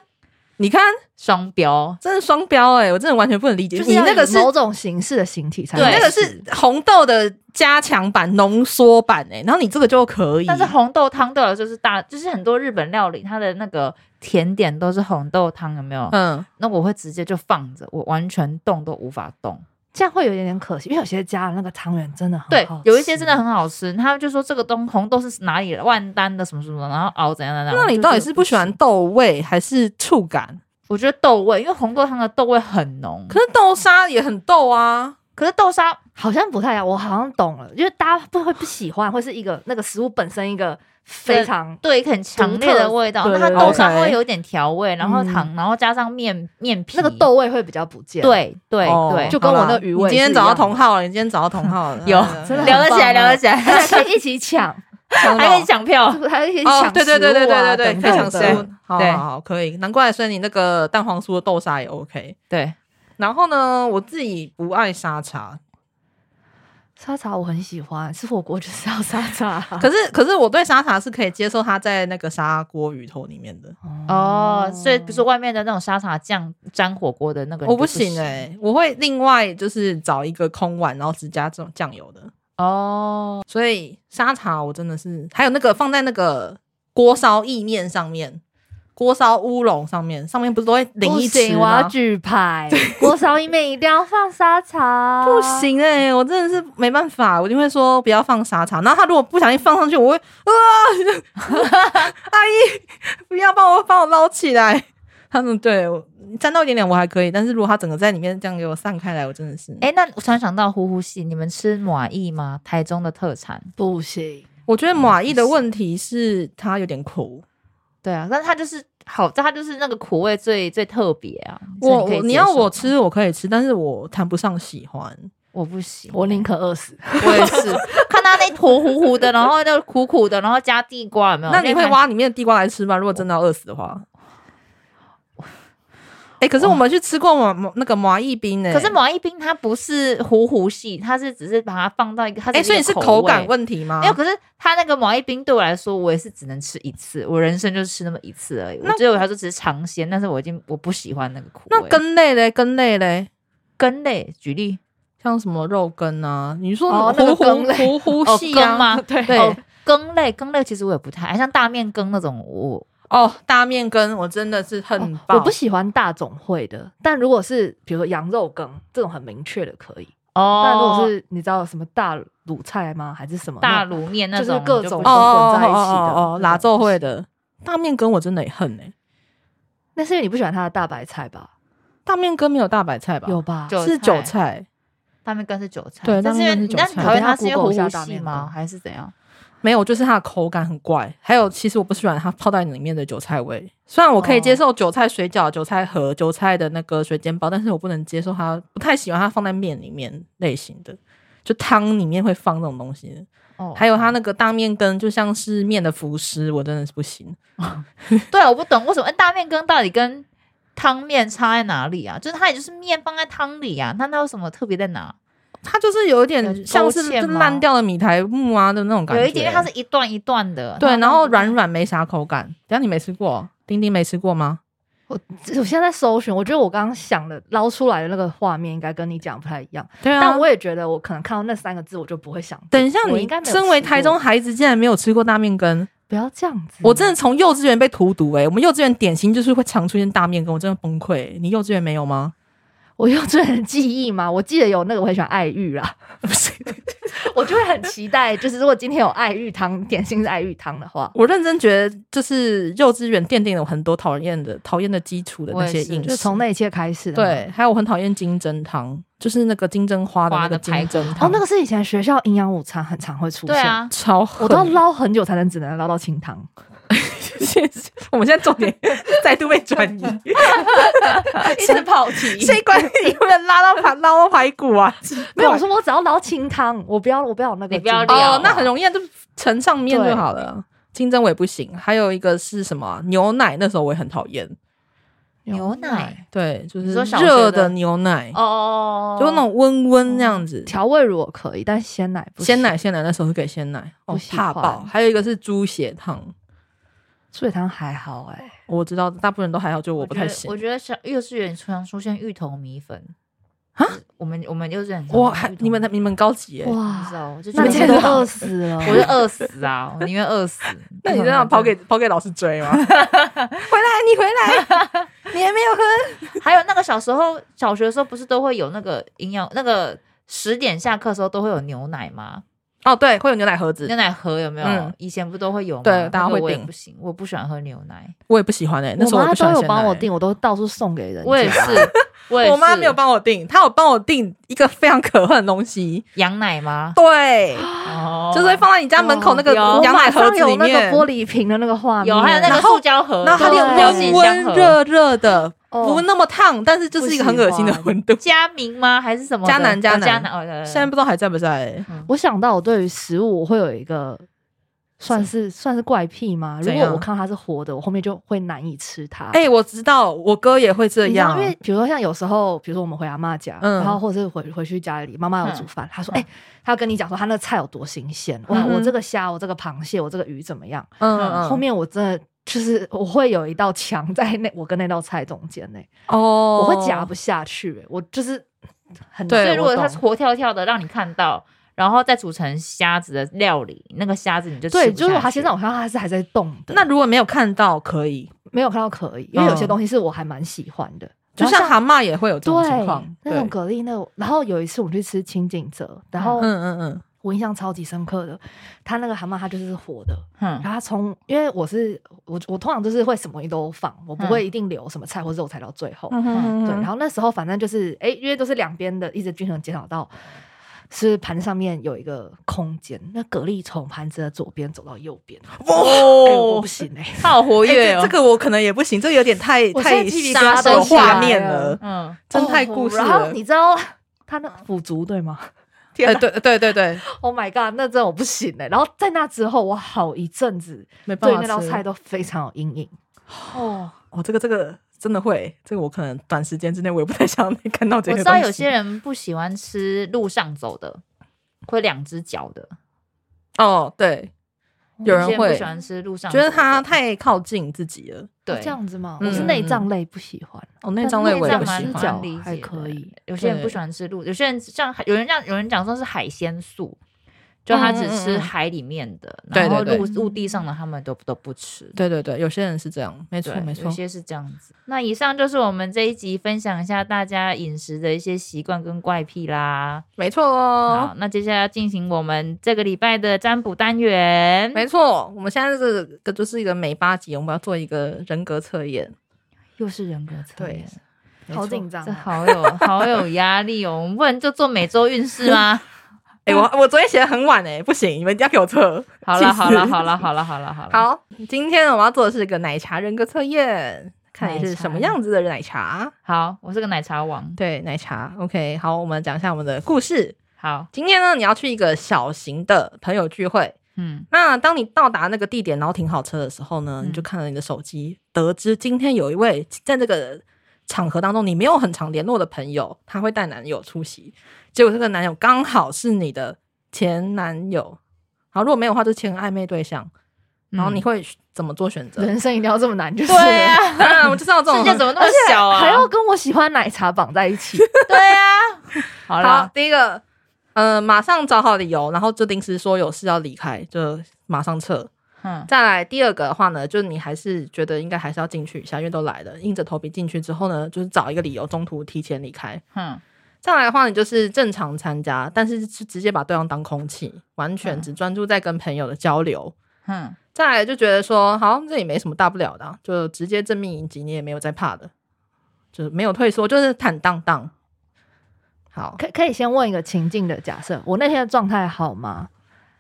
[SPEAKER 1] 你看，
[SPEAKER 2] 双标，
[SPEAKER 1] 真的双标哎、我真的完全不能理解。
[SPEAKER 3] 就是
[SPEAKER 1] 你
[SPEAKER 3] 要
[SPEAKER 1] 那个
[SPEAKER 3] 以
[SPEAKER 1] 是
[SPEAKER 3] 某种形式的形体才
[SPEAKER 1] 你
[SPEAKER 2] 对
[SPEAKER 3] 能
[SPEAKER 1] 那个是红豆的加强版、浓缩版哎、然后你这个就可以。
[SPEAKER 2] 但是红豆汤对我来说是大，就是很多日本料理它的那个甜点都是红豆汤，有没有？
[SPEAKER 1] 嗯，
[SPEAKER 2] 那我会直接就放着，我完全动都无法动。
[SPEAKER 3] 这样会有一点点可惜，因为有些家的那个汤圆真的很
[SPEAKER 2] 对
[SPEAKER 3] 好，吃
[SPEAKER 2] 有一些真的很好吃，他们就说这个东红豆是哪里的，万丹的什么什么，然后熬怎样怎样。
[SPEAKER 1] 那你到底是不嗯喜欢
[SPEAKER 2] 我就觉得
[SPEAKER 1] 豆味还是触感？
[SPEAKER 2] 不行？我觉得豆味，因为红豆汤的豆味很浓。
[SPEAKER 1] 可是豆沙也很豆啊，
[SPEAKER 2] 可是豆沙
[SPEAKER 3] 好像不太一样，我好像懂了，因为大家不会不喜欢，会是一个那个食物本身一个非常
[SPEAKER 2] 对很强烈的味道，
[SPEAKER 1] 独特
[SPEAKER 2] 那
[SPEAKER 1] 的
[SPEAKER 2] 它
[SPEAKER 1] 对
[SPEAKER 2] 豆沙
[SPEAKER 1] OK
[SPEAKER 2] 会有点调味，然后糖，然后加上面面皮
[SPEAKER 3] 那个，豆味会比较不见。，
[SPEAKER 2] 对对
[SPEAKER 1] 哦
[SPEAKER 2] 对，
[SPEAKER 3] 就跟
[SPEAKER 1] 好啦
[SPEAKER 3] 我那个鱼味
[SPEAKER 1] 你今天
[SPEAKER 3] 是一样
[SPEAKER 1] 找
[SPEAKER 3] 的
[SPEAKER 1] 到同号了，你今天找到同号了，
[SPEAKER 2] 有
[SPEAKER 1] 嗯
[SPEAKER 3] 真的
[SPEAKER 2] 聊得起来，
[SPEAKER 3] 很棒
[SPEAKER 2] 聊
[SPEAKER 3] 啊
[SPEAKER 2] 得起 来，
[SPEAKER 3] 大家可以一起抢，
[SPEAKER 1] 香
[SPEAKER 2] 还可以
[SPEAKER 1] 料
[SPEAKER 2] 抢 票，
[SPEAKER 3] 还可以一起抢、
[SPEAKER 1] 哎哦
[SPEAKER 3] 啊，
[SPEAKER 1] 对对对对对对对，
[SPEAKER 3] 等
[SPEAKER 1] 可以
[SPEAKER 3] 等
[SPEAKER 1] 抢
[SPEAKER 3] 的
[SPEAKER 1] 食物，好
[SPEAKER 2] 对
[SPEAKER 1] 好好，可以，难怪所以你那个蛋黄酥的豆沙也 OK。
[SPEAKER 2] 对，
[SPEAKER 1] 然后呢，我自己不爱沙茶，
[SPEAKER 3] 沙茶我很喜欢，吃火锅就是要 沙茶。
[SPEAKER 1] 可是可是我对沙茶是可以接受它在那个砂锅鱼头里面的，
[SPEAKER 2] 哦，所以比如说外面的那种沙茶酱沾火锅的那个，
[SPEAKER 1] 我不行哎、
[SPEAKER 2] 欸
[SPEAKER 1] 我会另外就是找一个空碗，然后只加这种酱油的。
[SPEAKER 2] 哦，
[SPEAKER 1] 所以沙茶我真的是，还有那个放在那个锅烧意面上面，锅烧乌龙上面，上面不是都会淋
[SPEAKER 3] 不
[SPEAKER 1] 一池
[SPEAKER 3] 行，我要
[SPEAKER 1] 吗？
[SPEAKER 3] 举牌。锅烧意面一定要放沙茶，
[SPEAKER 1] 不。行哎、我真的是没办法，我就会说不要放沙茶。然后他如果不小心放上去，我会啊， 阿姨不要帮我帮我捞起来。他们对我沾到一点点我还可以，但是如果他整个在里面这样给我散开来，我真的是，
[SPEAKER 2] 哎，那我突然想到呼呼系，你们吃马意吗？台中的特产，
[SPEAKER 3] 不行，
[SPEAKER 1] 我觉得马意的问题是它有点苦。
[SPEAKER 2] 对啊，但是它就是好，它就是那个苦味最最特别啊。
[SPEAKER 1] 我
[SPEAKER 2] 这可以
[SPEAKER 1] 我
[SPEAKER 2] 接
[SPEAKER 1] 你要
[SPEAKER 2] 受
[SPEAKER 1] 我
[SPEAKER 2] 吗，
[SPEAKER 1] 吃我可以吃，但是我谈不上喜欢。
[SPEAKER 2] 我不行，
[SPEAKER 3] 我宁可饿死。
[SPEAKER 1] 我也是，
[SPEAKER 2] 看它那坨糊糊的，然后那苦苦的，然后加地瓜，有没有？
[SPEAKER 1] 那你会
[SPEAKER 2] 看
[SPEAKER 1] 挖里面的地瓜来吃吗？如果真的要饿死的话。哎、可是我们去吃过麻麻那个麻意冰呢、
[SPEAKER 2] 可是毛一冰它不是糊糊系，它是只是把它放到一个，它
[SPEAKER 1] 哎、所以
[SPEAKER 2] 是
[SPEAKER 1] 是
[SPEAKER 2] 一个
[SPEAKER 1] 口感
[SPEAKER 2] 味。
[SPEAKER 1] 问题吗
[SPEAKER 2] 没？有，可是它那个毛一冰对我来说，我也是只能吃一次，我人生就吃那么一次而已。我
[SPEAKER 1] 那
[SPEAKER 2] 对我来说只是尝鲜，但是我已经我不喜欢那个苦味。
[SPEAKER 1] 那根类嘞，根类嘞，
[SPEAKER 2] 根类，举例
[SPEAKER 1] 像什么肉根啊？你说
[SPEAKER 3] 哦那
[SPEAKER 1] 糊
[SPEAKER 3] 个
[SPEAKER 1] 糊
[SPEAKER 3] 羹类
[SPEAKER 1] 糊糊
[SPEAKER 2] 哦，
[SPEAKER 1] 系
[SPEAKER 2] 根
[SPEAKER 1] 啊？
[SPEAKER 2] 吗？
[SPEAKER 3] 对
[SPEAKER 1] 对
[SPEAKER 2] 哦，羹类，羹类其实我也不太爱，像大面羹那种，我
[SPEAKER 1] 哦，大面羹我真的是很
[SPEAKER 3] 我
[SPEAKER 1] 棒。
[SPEAKER 3] 不喜欢大总会的，但如果是比如说羊肉羹这种很明确的可以，
[SPEAKER 2] 哦
[SPEAKER 3] 但如果是你知道什么大卤菜吗？还是什么
[SPEAKER 2] 大卤面那种，
[SPEAKER 3] 就是各
[SPEAKER 2] 我就不
[SPEAKER 3] 种
[SPEAKER 1] 哦哦
[SPEAKER 3] 混在一起的
[SPEAKER 1] 哦哦哦，
[SPEAKER 3] 那
[SPEAKER 1] 拉
[SPEAKER 3] 种
[SPEAKER 1] 奏会的大面羹我真的也恨哎、
[SPEAKER 3] 那是因为你不喜欢它的大白菜吧？
[SPEAKER 1] 大面羹没有大白菜吧？
[SPEAKER 3] 有吧？
[SPEAKER 2] 就
[SPEAKER 1] 是韭菜，
[SPEAKER 2] 大面羹是韭菜，
[SPEAKER 1] 对
[SPEAKER 2] 但是因为
[SPEAKER 1] 大面
[SPEAKER 2] 你
[SPEAKER 1] 羹是韭
[SPEAKER 2] 那你
[SPEAKER 1] 菜
[SPEAKER 2] 讨厌它是因为糊
[SPEAKER 3] 我等
[SPEAKER 2] 糊
[SPEAKER 3] 一下 Google
[SPEAKER 2] 系
[SPEAKER 3] 一下大面
[SPEAKER 2] 吗？
[SPEAKER 3] 羹
[SPEAKER 2] 还是怎样？
[SPEAKER 1] 没有，就是它的口感很怪。还有，其实我不喜欢它泡在里面的韭菜味。虽然我可以接受韭菜水饺、韭菜盒、韭菜的那个水煎包，但是我不能接受它，不太喜欢它放在面里面类型的，就汤里面会放这种东西。
[SPEAKER 2] 哦
[SPEAKER 1] 还有它那个大面羹，就像是面的浮尸，我真的是不行。
[SPEAKER 2] 啊对，我不懂为什么哎大面羹到底跟汤面差在哪里啊？就是它也就是面放在汤里啊，那它有什么特别在哪？
[SPEAKER 1] 它就是有一点
[SPEAKER 2] 很
[SPEAKER 1] 像是
[SPEAKER 2] 勾芡吗
[SPEAKER 1] 烂掉的米苔木啊的那种感觉，
[SPEAKER 2] 有一点，因为它是一嗯段一段的，
[SPEAKER 1] 对，啊
[SPEAKER 2] 它
[SPEAKER 1] 然后软软没啥口感。等一下你没吃过，丁丁没吃过吗？
[SPEAKER 3] 我我现在在搜寻，我觉得我刚刚想的捞出来的那个画面应该跟你讲不太一样，
[SPEAKER 1] 对啊，
[SPEAKER 3] 但我也觉得我可能看到那三个字我就不会想。
[SPEAKER 1] 等一下
[SPEAKER 3] 我
[SPEAKER 1] 你
[SPEAKER 3] 应该没有
[SPEAKER 1] 身为
[SPEAKER 3] 吃过嗯
[SPEAKER 1] 台中孩子，竟然没有吃过大面羹，
[SPEAKER 3] 不要这样子，
[SPEAKER 1] 我真的从幼稚园被荼毒哎、我们幼稚园点心就是会常出现大面羹，我真的崩溃、你幼稚园没有吗？
[SPEAKER 3] 我幼稚园的记忆嘛，我记得有那个我很喜欢爱 玉啦，我就会很期待，就是如果今天有爱玉汤点心是爱玉汤的话，
[SPEAKER 1] 我认真觉得就是幼稚园奠定了我很多讨厌的讨厌的基础的那
[SPEAKER 2] 我
[SPEAKER 1] 些
[SPEAKER 2] 也是
[SPEAKER 1] 饮
[SPEAKER 3] 就是
[SPEAKER 1] 食。
[SPEAKER 3] 从那一切开始的。
[SPEAKER 1] 对，，还有我很讨厌金针汤，就是那个金针花的那
[SPEAKER 2] 花
[SPEAKER 1] 个
[SPEAKER 2] 的
[SPEAKER 1] 金
[SPEAKER 2] 排
[SPEAKER 1] 针
[SPEAKER 2] 骨
[SPEAKER 1] 汤，
[SPEAKER 3] 哦，那个是以前学校营养午餐很常会出现，
[SPEAKER 2] 对，啊，
[SPEAKER 1] 超 狠
[SPEAKER 3] 我都要捞很久才能只能捞到清汤。
[SPEAKER 1] 谢谢。我们现在重点 再度被转移，
[SPEAKER 3] 一直跑题
[SPEAKER 1] 这一关有没有拉到 排拉到排骨啊？
[SPEAKER 3] 没有，我说我只要捞清汤，我不要我不要有那个
[SPEAKER 2] 你不要
[SPEAKER 3] 金针
[SPEAKER 1] 哦
[SPEAKER 2] 料啊，
[SPEAKER 1] 那很容易啊就盛上面
[SPEAKER 3] 对
[SPEAKER 1] 就好了。金针我也不行，还有一个是什么啊、牛奶，那时候我也很讨厌。
[SPEAKER 2] 牛奶
[SPEAKER 1] 对，就
[SPEAKER 2] 你
[SPEAKER 1] 是
[SPEAKER 2] 说小学
[SPEAKER 1] 热
[SPEAKER 2] 的
[SPEAKER 1] 的牛奶，
[SPEAKER 2] 哦，
[SPEAKER 1] 就是那种温温那样子。
[SPEAKER 3] 哦调味乳我可以，但鲜奶不行
[SPEAKER 1] 鲜奶，鲜奶那时候是给鲜奶，哦
[SPEAKER 3] 不，喜
[SPEAKER 1] 怕
[SPEAKER 3] 欢
[SPEAKER 1] 爆。还有一个是猪血汤，
[SPEAKER 3] 素汤还好哎、
[SPEAKER 1] 我知道大部分人都还好，就我
[SPEAKER 2] 我
[SPEAKER 1] 不
[SPEAKER 2] 觉
[SPEAKER 1] 太
[SPEAKER 2] 得
[SPEAKER 1] 行
[SPEAKER 2] 我。觉得小幼稚园常出现芋头米粉
[SPEAKER 1] 啊，
[SPEAKER 2] 我们我们幼稚园
[SPEAKER 1] 哇，还你们你们高级耶！
[SPEAKER 2] 不知
[SPEAKER 3] 哇，
[SPEAKER 2] 道，啊我就觉
[SPEAKER 3] 那
[SPEAKER 2] 得
[SPEAKER 3] 你
[SPEAKER 1] 你
[SPEAKER 3] 真
[SPEAKER 1] 知
[SPEAKER 3] 的
[SPEAKER 1] 道
[SPEAKER 3] 饿死了，
[SPEAKER 2] 我就饿死啊，我宁愿饿死。
[SPEAKER 1] 那你这样跑给跑给老师追吗？回来，你回来，你还没有喝。
[SPEAKER 2] 还有那个小时候，小学的时候不是都会有那个营养那个十点下课的时候都会有牛奶吗？
[SPEAKER 1] 哦，对，会有牛奶盒子
[SPEAKER 2] 牛，奶盒有没有？
[SPEAKER 1] 嗯
[SPEAKER 2] 以前不都会有吗？
[SPEAKER 1] 对大家
[SPEAKER 2] 那个
[SPEAKER 1] 会
[SPEAKER 2] 我也
[SPEAKER 1] 订
[SPEAKER 2] 不行，我不喜欢喝牛奶。
[SPEAKER 1] 我也不喜欢哎。那时候
[SPEAKER 3] 我
[SPEAKER 1] 我
[SPEAKER 3] 妈
[SPEAKER 1] 不喜
[SPEAKER 3] 都
[SPEAKER 1] 欢
[SPEAKER 3] 有
[SPEAKER 1] 鲜
[SPEAKER 3] 帮我
[SPEAKER 1] 奶
[SPEAKER 3] 订，我都到处送给人家。
[SPEAKER 2] 我也是， 我也是。
[SPEAKER 1] 我妈没有帮我订，她有帮我订一个非常可恨的东西，
[SPEAKER 2] 羊奶吗？
[SPEAKER 1] 对，
[SPEAKER 2] 哦
[SPEAKER 1] 就是会放在你家门口那个
[SPEAKER 2] 哇有
[SPEAKER 1] 羊奶盒子里
[SPEAKER 3] 哦我马上有那
[SPEAKER 1] 面
[SPEAKER 3] 个，玻璃瓶的那个画面，
[SPEAKER 2] 有，还有那
[SPEAKER 1] 然
[SPEAKER 2] 个
[SPEAKER 1] 后
[SPEAKER 2] 塑胶盒，
[SPEAKER 1] 然后它
[SPEAKER 3] 就
[SPEAKER 2] 对
[SPEAKER 3] 有
[SPEAKER 1] 就温温，热热的，
[SPEAKER 3] 哦
[SPEAKER 1] 不那么烫，但是就是一个很恶心的温度。
[SPEAKER 2] 佳明吗？还是什么的？
[SPEAKER 1] 迦南
[SPEAKER 2] 哦
[SPEAKER 1] 迦南
[SPEAKER 2] 迦南哦，对对对
[SPEAKER 1] 现在不知道还在不在欸，
[SPEAKER 3] 我想到我对于食物我会有一个算是算是怪癖吗？如
[SPEAKER 1] 怎
[SPEAKER 3] 果
[SPEAKER 1] 样
[SPEAKER 3] 我看到它是活的，我后面就会难以吃它。
[SPEAKER 1] 哎、我知道，我哥也会这
[SPEAKER 3] 你知道
[SPEAKER 1] 样，
[SPEAKER 3] 因为比如说像有时候，比如说我们回阿妈家，
[SPEAKER 1] 嗯
[SPEAKER 3] 然后或者是回回去家里，妈妈有煮饭，她说：“
[SPEAKER 2] 嗯
[SPEAKER 3] 哎、她要跟你讲说她那个菜有多新鲜，哇，
[SPEAKER 1] 嗯哼
[SPEAKER 3] 我这个虾，我这个螃蟹，我这个鱼怎么样？”
[SPEAKER 1] 嗯
[SPEAKER 3] 后面我真的就是我会有一道墙在那我跟那道菜中间呢、
[SPEAKER 1] 哦
[SPEAKER 3] 我会夹不下去、欸我就是很
[SPEAKER 1] 对
[SPEAKER 2] 所以如果
[SPEAKER 1] 我懂
[SPEAKER 2] 它是活跳跳的让你看到，然后再煮成虾子的料理，那个虾子你就吃
[SPEAKER 3] 对，
[SPEAKER 2] 不
[SPEAKER 3] 就是
[SPEAKER 2] 下
[SPEAKER 3] 我它
[SPEAKER 2] 去
[SPEAKER 3] 现在我看到它是还在动的，
[SPEAKER 1] 那如果没有看到，可以，
[SPEAKER 3] 没有看到可以，因为有些
[SPEAKER 1] 嗯
[SPEAKER 3] 东西是我还蛮喜欢的，
[SPEAKER 1] 就
[SPEAKER 3] 然后
[SPEAKER 1] 像蛤蟆也会有这种情况，
[SPEAKER 3] 对那种蛤蜊那种，然后有一次我们去吃清景泽，然后
[SPEAKER 1] 嗯嗯嗯，
[SPEAKER 3] 我印象超级深刻的，它那个蛤蟆它就是活的，
[SPEAKER 2] 嗯
[SPEAKER 3] 然后它从因为我是我我通常就是会什么东西都放，我不会一定留什么菜或肉菜到最后，
[SPEAKER 1] 嗯
[SPEAKER 3] 对，然后那时候反正就是哎，因为都是两边的一直均衡减少到。是盘上面有一个空间，那蛤蜊从盘子的左边走到右边，哎、我
[SPEAKER 1] 哦
[SPEAKER 3] 不。行哎、
[SPEAKER 2] 它好活
[SPEAKER 1] 哎
[SPEAKER 2] 跃
[SPEAKER 1] 这
[SPEAKER 2] 哦，
[SPEAKER 1] 这个我可能也不行，这有点太
[SPEAKER 3] 我
[SPEAKER 1] 太
[SPEAKER 3] 现在鸡皮疙
[SPEAKER 1] 杀
[SPEAKER 3] 瘩
[SPEAKER 1] 手
[SPEAKER 3] 都起
[SPEAKER 1] 画
[SPEAKER 3] 来
[SPEAKER 1] 面
[SPEAKER 3] 了哦
[SPEAKER 1] 了，
[SPEAKER 2] 嗯，
[SPEAKER 1] 真太故事
[SPEAKER 3] 然后
[SPEAKER 1] 了。
[SPEAKER 3] 你知道他那腐竹对吗
[SPEAKER 1] 哎， 对对对对，
[SPEAKER 3] ？Oh my god，那真的我不行哎、然后在那之后，我好一阵子
[SPEAKER 1] 没办
[SPEAKER 3] 对
[SPEAKER 1] 法
[SPEAKER 3] 那道菜
[SPEAKER 1] 都
[SPEAKER 3] 都非常有阴影。
[SPEAKER 2] 哦，
[SPEAKER 1] 哦，这个这个真的会，这个我可能短时间之内我也不太想看到这
[SPEAKER 2] 我
[SPEAKER 1] 个。
[SPEAKER 2] 知道有些人不喜欢吃路上走的，会两只脚的，
[SPEAKER 1] 哦，对，有人
[SPEAKER 3] 哦
[SPEAKER 2] 些
[SPEAKER 1] 会
[SPEAKER 2] 不喜欢吃路上走
[SPEAKER 1] 觉
[SPEAKER 2] 的，
[SPEAKER 1] 得它太靠近自己了。
[SPEAKER 2] 对
[SPEAKER 3] 这样子吗？
[SPEAKER 1] 嗯
[SPEAKER 3] 我是内脏类不喜欢，
[SPEAKER 1] 哦，那张
[SPEAKER 3] 嗯
[SPEAKER 1] 类我也
[SPEAKER 2] 但
[SPEAKER 1] 不
[SPEAKER 2] 内
[SPEAKER 1] 喜
[SPEAKER 2] 脏蛮
[SPEAKER 1] 欢
[SPEAKER 2] 蛮。理
[SPEAKER 3] 还
[SPEAKER 2] 解的
[SPEAKER 3] 可以。
[SPEAKER 2] 有些人不
[SPEAKER 1] 对嗯
[SPEAKER 2] 喜欢吃路，有些人像有人讲有人讲说是海鲜素。就他只
[SPEAKER 1] 嗯嗯嗯
[SPEAKER 2] 吃
[SPEAKER 1] 嗯
[SPEAKER 2] 海里面的，
[SPEAKER 1] 对
[SPEAKER 2] 然后
[SPEAKER 1] 对
[SPEAKER 2] 陆陆地上的他们都都不吃。
[SPEAKER 1] 对对对，有些人是这样，没错
[SPEAKER 2] 对，
[SPEAKER 1] 没
[SPEAKER 2] 有
[SPEAKER 1] 错。
[SPEAKER 2] 些是这样子。那以上就是我们这一集分享一下大家饮食的一些习惯跟怪癖啦。
[SPEAKER 1] 没错哦
[SPEAKER 2] 好，，那接下来要进行我们这个礼拜的占卜单元。
[SPEAKER 1] 没错。我们现在这个就是一个每八集，我们要做一个人格测验。
[SPEAKER 2] 又是人格测
[SPEAKER 1] 对
[SPEAKER 2] 验，
[SPEAKER 3] 好紧张
[SPEAKER 2] 这
[SPEAKER 3] 啊。
[SPEAKER 2] 好有好有压力哦。我们不能就做每周运势啊吗？
[SPEAKER 1] 哎、
[SPEAKER 3] 嗯
[SPEAKER 1] 我我昨天写的很晚哎、不行，你们一定要给我测。
[SPEAKER 2] 好
[SPEAKER 1] 气
[SPEAKER 2] 了
[SPEAKER 1] 死
[SPEAKER 2] 好了好了好了好了好了，
[SPEAKER 1] 好，今天我们要做的是一个奶茶人格测验，看你是
[SPEAKER 2] 奶茶
[SPEAKER 1] 什么样子的奶茶。
[SPEAKER 2] 好，我是个奶茶王。
[SPEAKER 1] 对，奶茶。OK，好，我们讲一下我们的故事。
[SPEAKER 2] 好，
[SPEAKER 1] 今天呢，你要去一个小型的朋友聚会。
[SPEAKER 2] 嗯，
[SPEAKER 1] 那当你到达那个地点，然后停好车的时候呢，
[SPEAKER 2] 嗯
[SPEAKER 1] 你就看到你的手机，得知今天有一位在这个场合当中你没有很常联络的朋友，他会带男友出席，结果这个男友刚好是你的前男友，好，如果没有的话就前暧昧对象，
[SPEAKER 2] 嗯
[SPEAKER 1] 然后你会怎么做选择？
[SPEAKER 3] 人生一定要这么难，就是
[SPEAKER 2] 对啊，
[SPEAKER 1] 当然，我就知道这 种
[SPEAKER 2] 世界怎么那么小啊？
[SPEAKER 3] 还要跟我喜欢奶茶绑在一起，
[SPEAKER 2] 对啊， 好
[SPEAKER 1] 好
[SPEAKER 2] 啦，，
[SPEAKER 1] 第一个，呃，马上找好理由，然后就临时说有事要离开，就马上撤。
[SPEAKER 2] 嗯
[SPEAKER 1] 再来第二个的话呢，就是你还是觉得应该还是要进去一下，因为都来了，硬着头皮进去之后呢，就是找一个理由，中途提前离开。
[SPEAKER 2] 哼，
[SPEAKER 1] 再来的话，你就是正常参加，但是是直接把对方当空气，完全
[SPEAKER 2] 嗯
[SPEAKER 1] 只专注在跟朋友的交流。
[SPEAKER 2] 哼，
[SPEAKER 1] 再来就觉得说，好，这也没什么大不了的啊、就直接正面迎击，你也没有在怕的，就是没有退缩，就是坦荡荡。好，
[SPEAKER 3] 可可以先问一个情境的假设，我那天的状态好吗？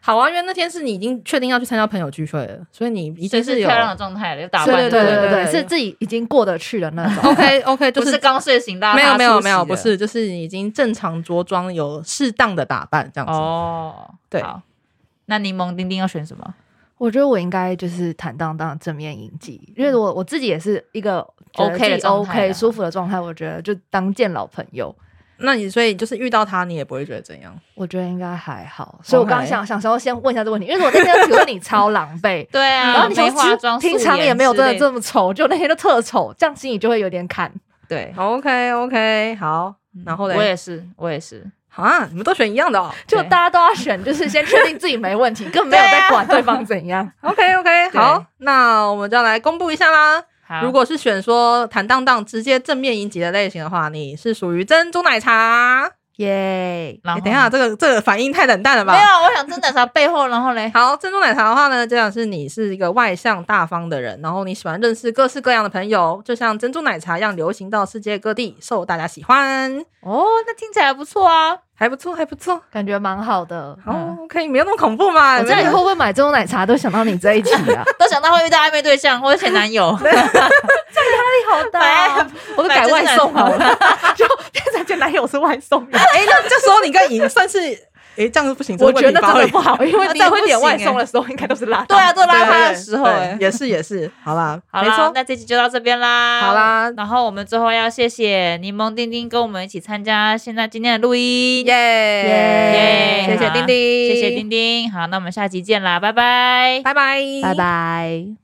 [SPEAKER 1] 好啊，因为那天是你已经确定要去参加朋友聚会了，所以你一
[SPEAKER 2] 已经
[SPEAKER 1] 定
[SPEAKER 2] 是
[SPEAKER 1] 有
[SPEAKER 2] 漂亮的状态了，又打扮
[SPEAKER 3] 对
[SPEAKER 2] 了，
[SPEAKER 1] 对
[SPEAKER 3] 对
[SPEAKER 1] 对对
[SPEAKER 3] 对，
[SPEAKER 1] 对
[SPEAKER 3] 是自己已经过得去的那种。
[SPEAKER 1] OK OK，就
[SPEAKER 2] 不是刚睡醒大
[SPEAKER 1] 没有
[SPEAKER 2] 大
[SPEAKER 1] 没有
[SPEAKER 2] 出席
[SPEAKER 1] 没有，
[SPEAKER 2] 的
[SPEAKER 1] 不是，就是你已经正常着装，有适当的打扮这样子。
[SPEAKER 2] 哦，
[SPEAKER 1] 对
[SPEAKER 2] 好。那柠檬丁丁要选什么？
[SPEAKER 3] 我觉得我应该就是坦荡荡正面迎击，因为我我自己也是一个觉得
[SPEAKER 2] OK 的
[SPEAKER 3] 自己
[SPEAKER 2] 状态啊
[SPEAKER 3] OK
[SPEAKER 2] 啦，
[SPEAKER 3] 舒服的状态，我觉得就当见老朋友。
[SPEAKER 1] 那你所以就是遇到他，你也不会觉得怎样。
[SPEAKER 3] 我觉得应该还好，所以我刚刚想想说先问一下这个问题，因为我那天觉得你超狼狈
[SPEAKER 2] 对啊，
[SPEAKER 3] 然后你
[SPEAKER 2] 没
[SPEAKER 3] 想
[SPEAKER 2] 化妆，
[SPEAKER 3] 平
[SPEAKER 2] 素
[SPEAKER 3] 常
[SPEAKER 2] 颜
[SPEAKER 3] 也没有
[SPEAKER 2] 之
[SPEAKER 3] 真的
[SPEAKER 2] 类
[SPEAKER 3] 这么丑，就那天就特丑，这样心里就会有点砍。
[SPEAKER 2] 对。
[SPEAKER 1] OK OK，好，然后
[SPEAKER 2] 我
[SPEAKER 1] 嘞，
[SPEAKER 2] 也是，我也是，
[SPEAKER 1] 嗯啊，你们都选一样的哦。
[SPEAKER 3] 就
[SPEAKER 2] 对
[SPEAKER 3] 大家都要选，就是先确定自己没问题，根本没有在管对方怎样。
[SPEAKER 1] OK OK，好，那我们就要来公布一下啦。
[SPEAKER 2] 好
[SPEAKER 1] 如果是选说坦荡荡、直接正面迎击的类型的话，你是属于珍珠奶茶。
[SPEAKER 3] 耶、
[SPEAKER 2] 然
[SPEAKER 1] 诶
[SPEAKER 2] 后
[SPEAKER 1] 哎等一下，这个这个反应太冷淡了吧？
[SPEAKER 2] 没有，我想真奶茶背后，然后嘞，
[SPEAKER 1] 好，珍珠奶茶的话呢，这样是你是一个外向大方的人，然后你喜欢认识各式各样的朋友，就像珍珠奶茶一样流行到世界各地，受大家喜欢，
[SPEAKER 2] 哦，那听起来不 错啊，
[SPEAKER 1] 还不错，还不错。
[SPEAKER 3] 感觉蛮好啊的。
[SPEAKER 1] 好、
[SPEAKER 2] 嗯
[SPEAKER 1] o k 没有那么恐怖嘛？
[SPEAKER 3] 我
[SPEAKER 1] 有没
[SPEAKER 3] 这
[SPEAKER 1] 有
[SPEAKER 3] 里 会不会买这种奶茶都想到你这一集啊？
[SPEAKER 2] 都想到会遇到暧昧对象或者前 男友，
[SPEAKER 3] 好大哦，我都改外送好 了，就变成前男友是外送员。
[SPEAKER 1] 哎、那这时候你应该赢，算 是哎、这样子不行，
[SPEAKER 3] 我觉
[SPEAKER 1] 这
[SPEAKER 3] 得
[SPEAKER 1] 个
[SPEAKER 3] 真
[SPEAKER 1] 问
[SPEAKER 3] 的
[SPEAKER 1] 题
[SPEAKER 3] 不
[SPEAKER 1] 发挥
[SPEAKER 3] 好，因为
[SPEAKER 2] 那
[SPEAKER 3] 你
[SPEAKER 2] 这样
[SPEAKER 3] 会点
[SPEAKER 2] 不行
[SPEAKER 3] 外送
[SPEAKER 2] 欸
[SPEAKER 3] 的时候，应该都是拉
[SPEAKER 2] 对啊，做
[SPEAKER 1] 对
[SPEAKER 2] 邋遢的
[SPEAKER 1] 对
[SPEAKER 2] 时候，
[SPEAKER 1] 对
[SPEAKER 2] 哎，
[SPEAKER 1] 也是也是，好啦，
[SPEAKER 2] 好
[SPEAKER 1] 没
[SPEAKER 2] 啦
[SPEAKER 1] 错，，
[SPEAKER 2] 那这集就到这边啦，
[SPEAKER 1] 好啦
[SPEAKER 2] 然后我们最后要谢谢柠檬丁丁跟我们一起参加现在今天的录音，
[SPEAKER 1] 耶
[SPEAKER 2] 耶
[SPEAKER 1] 谢谢
[SPEAKER 2] 好
[SPEAKER 1] 丁丁，
[SPEAKER 2] 谢谢丁，丁，好，那我们下集见啦，拜拜，
[SPEAKER 1] 拜拜，
[SPEAKER 3] 拜。拜。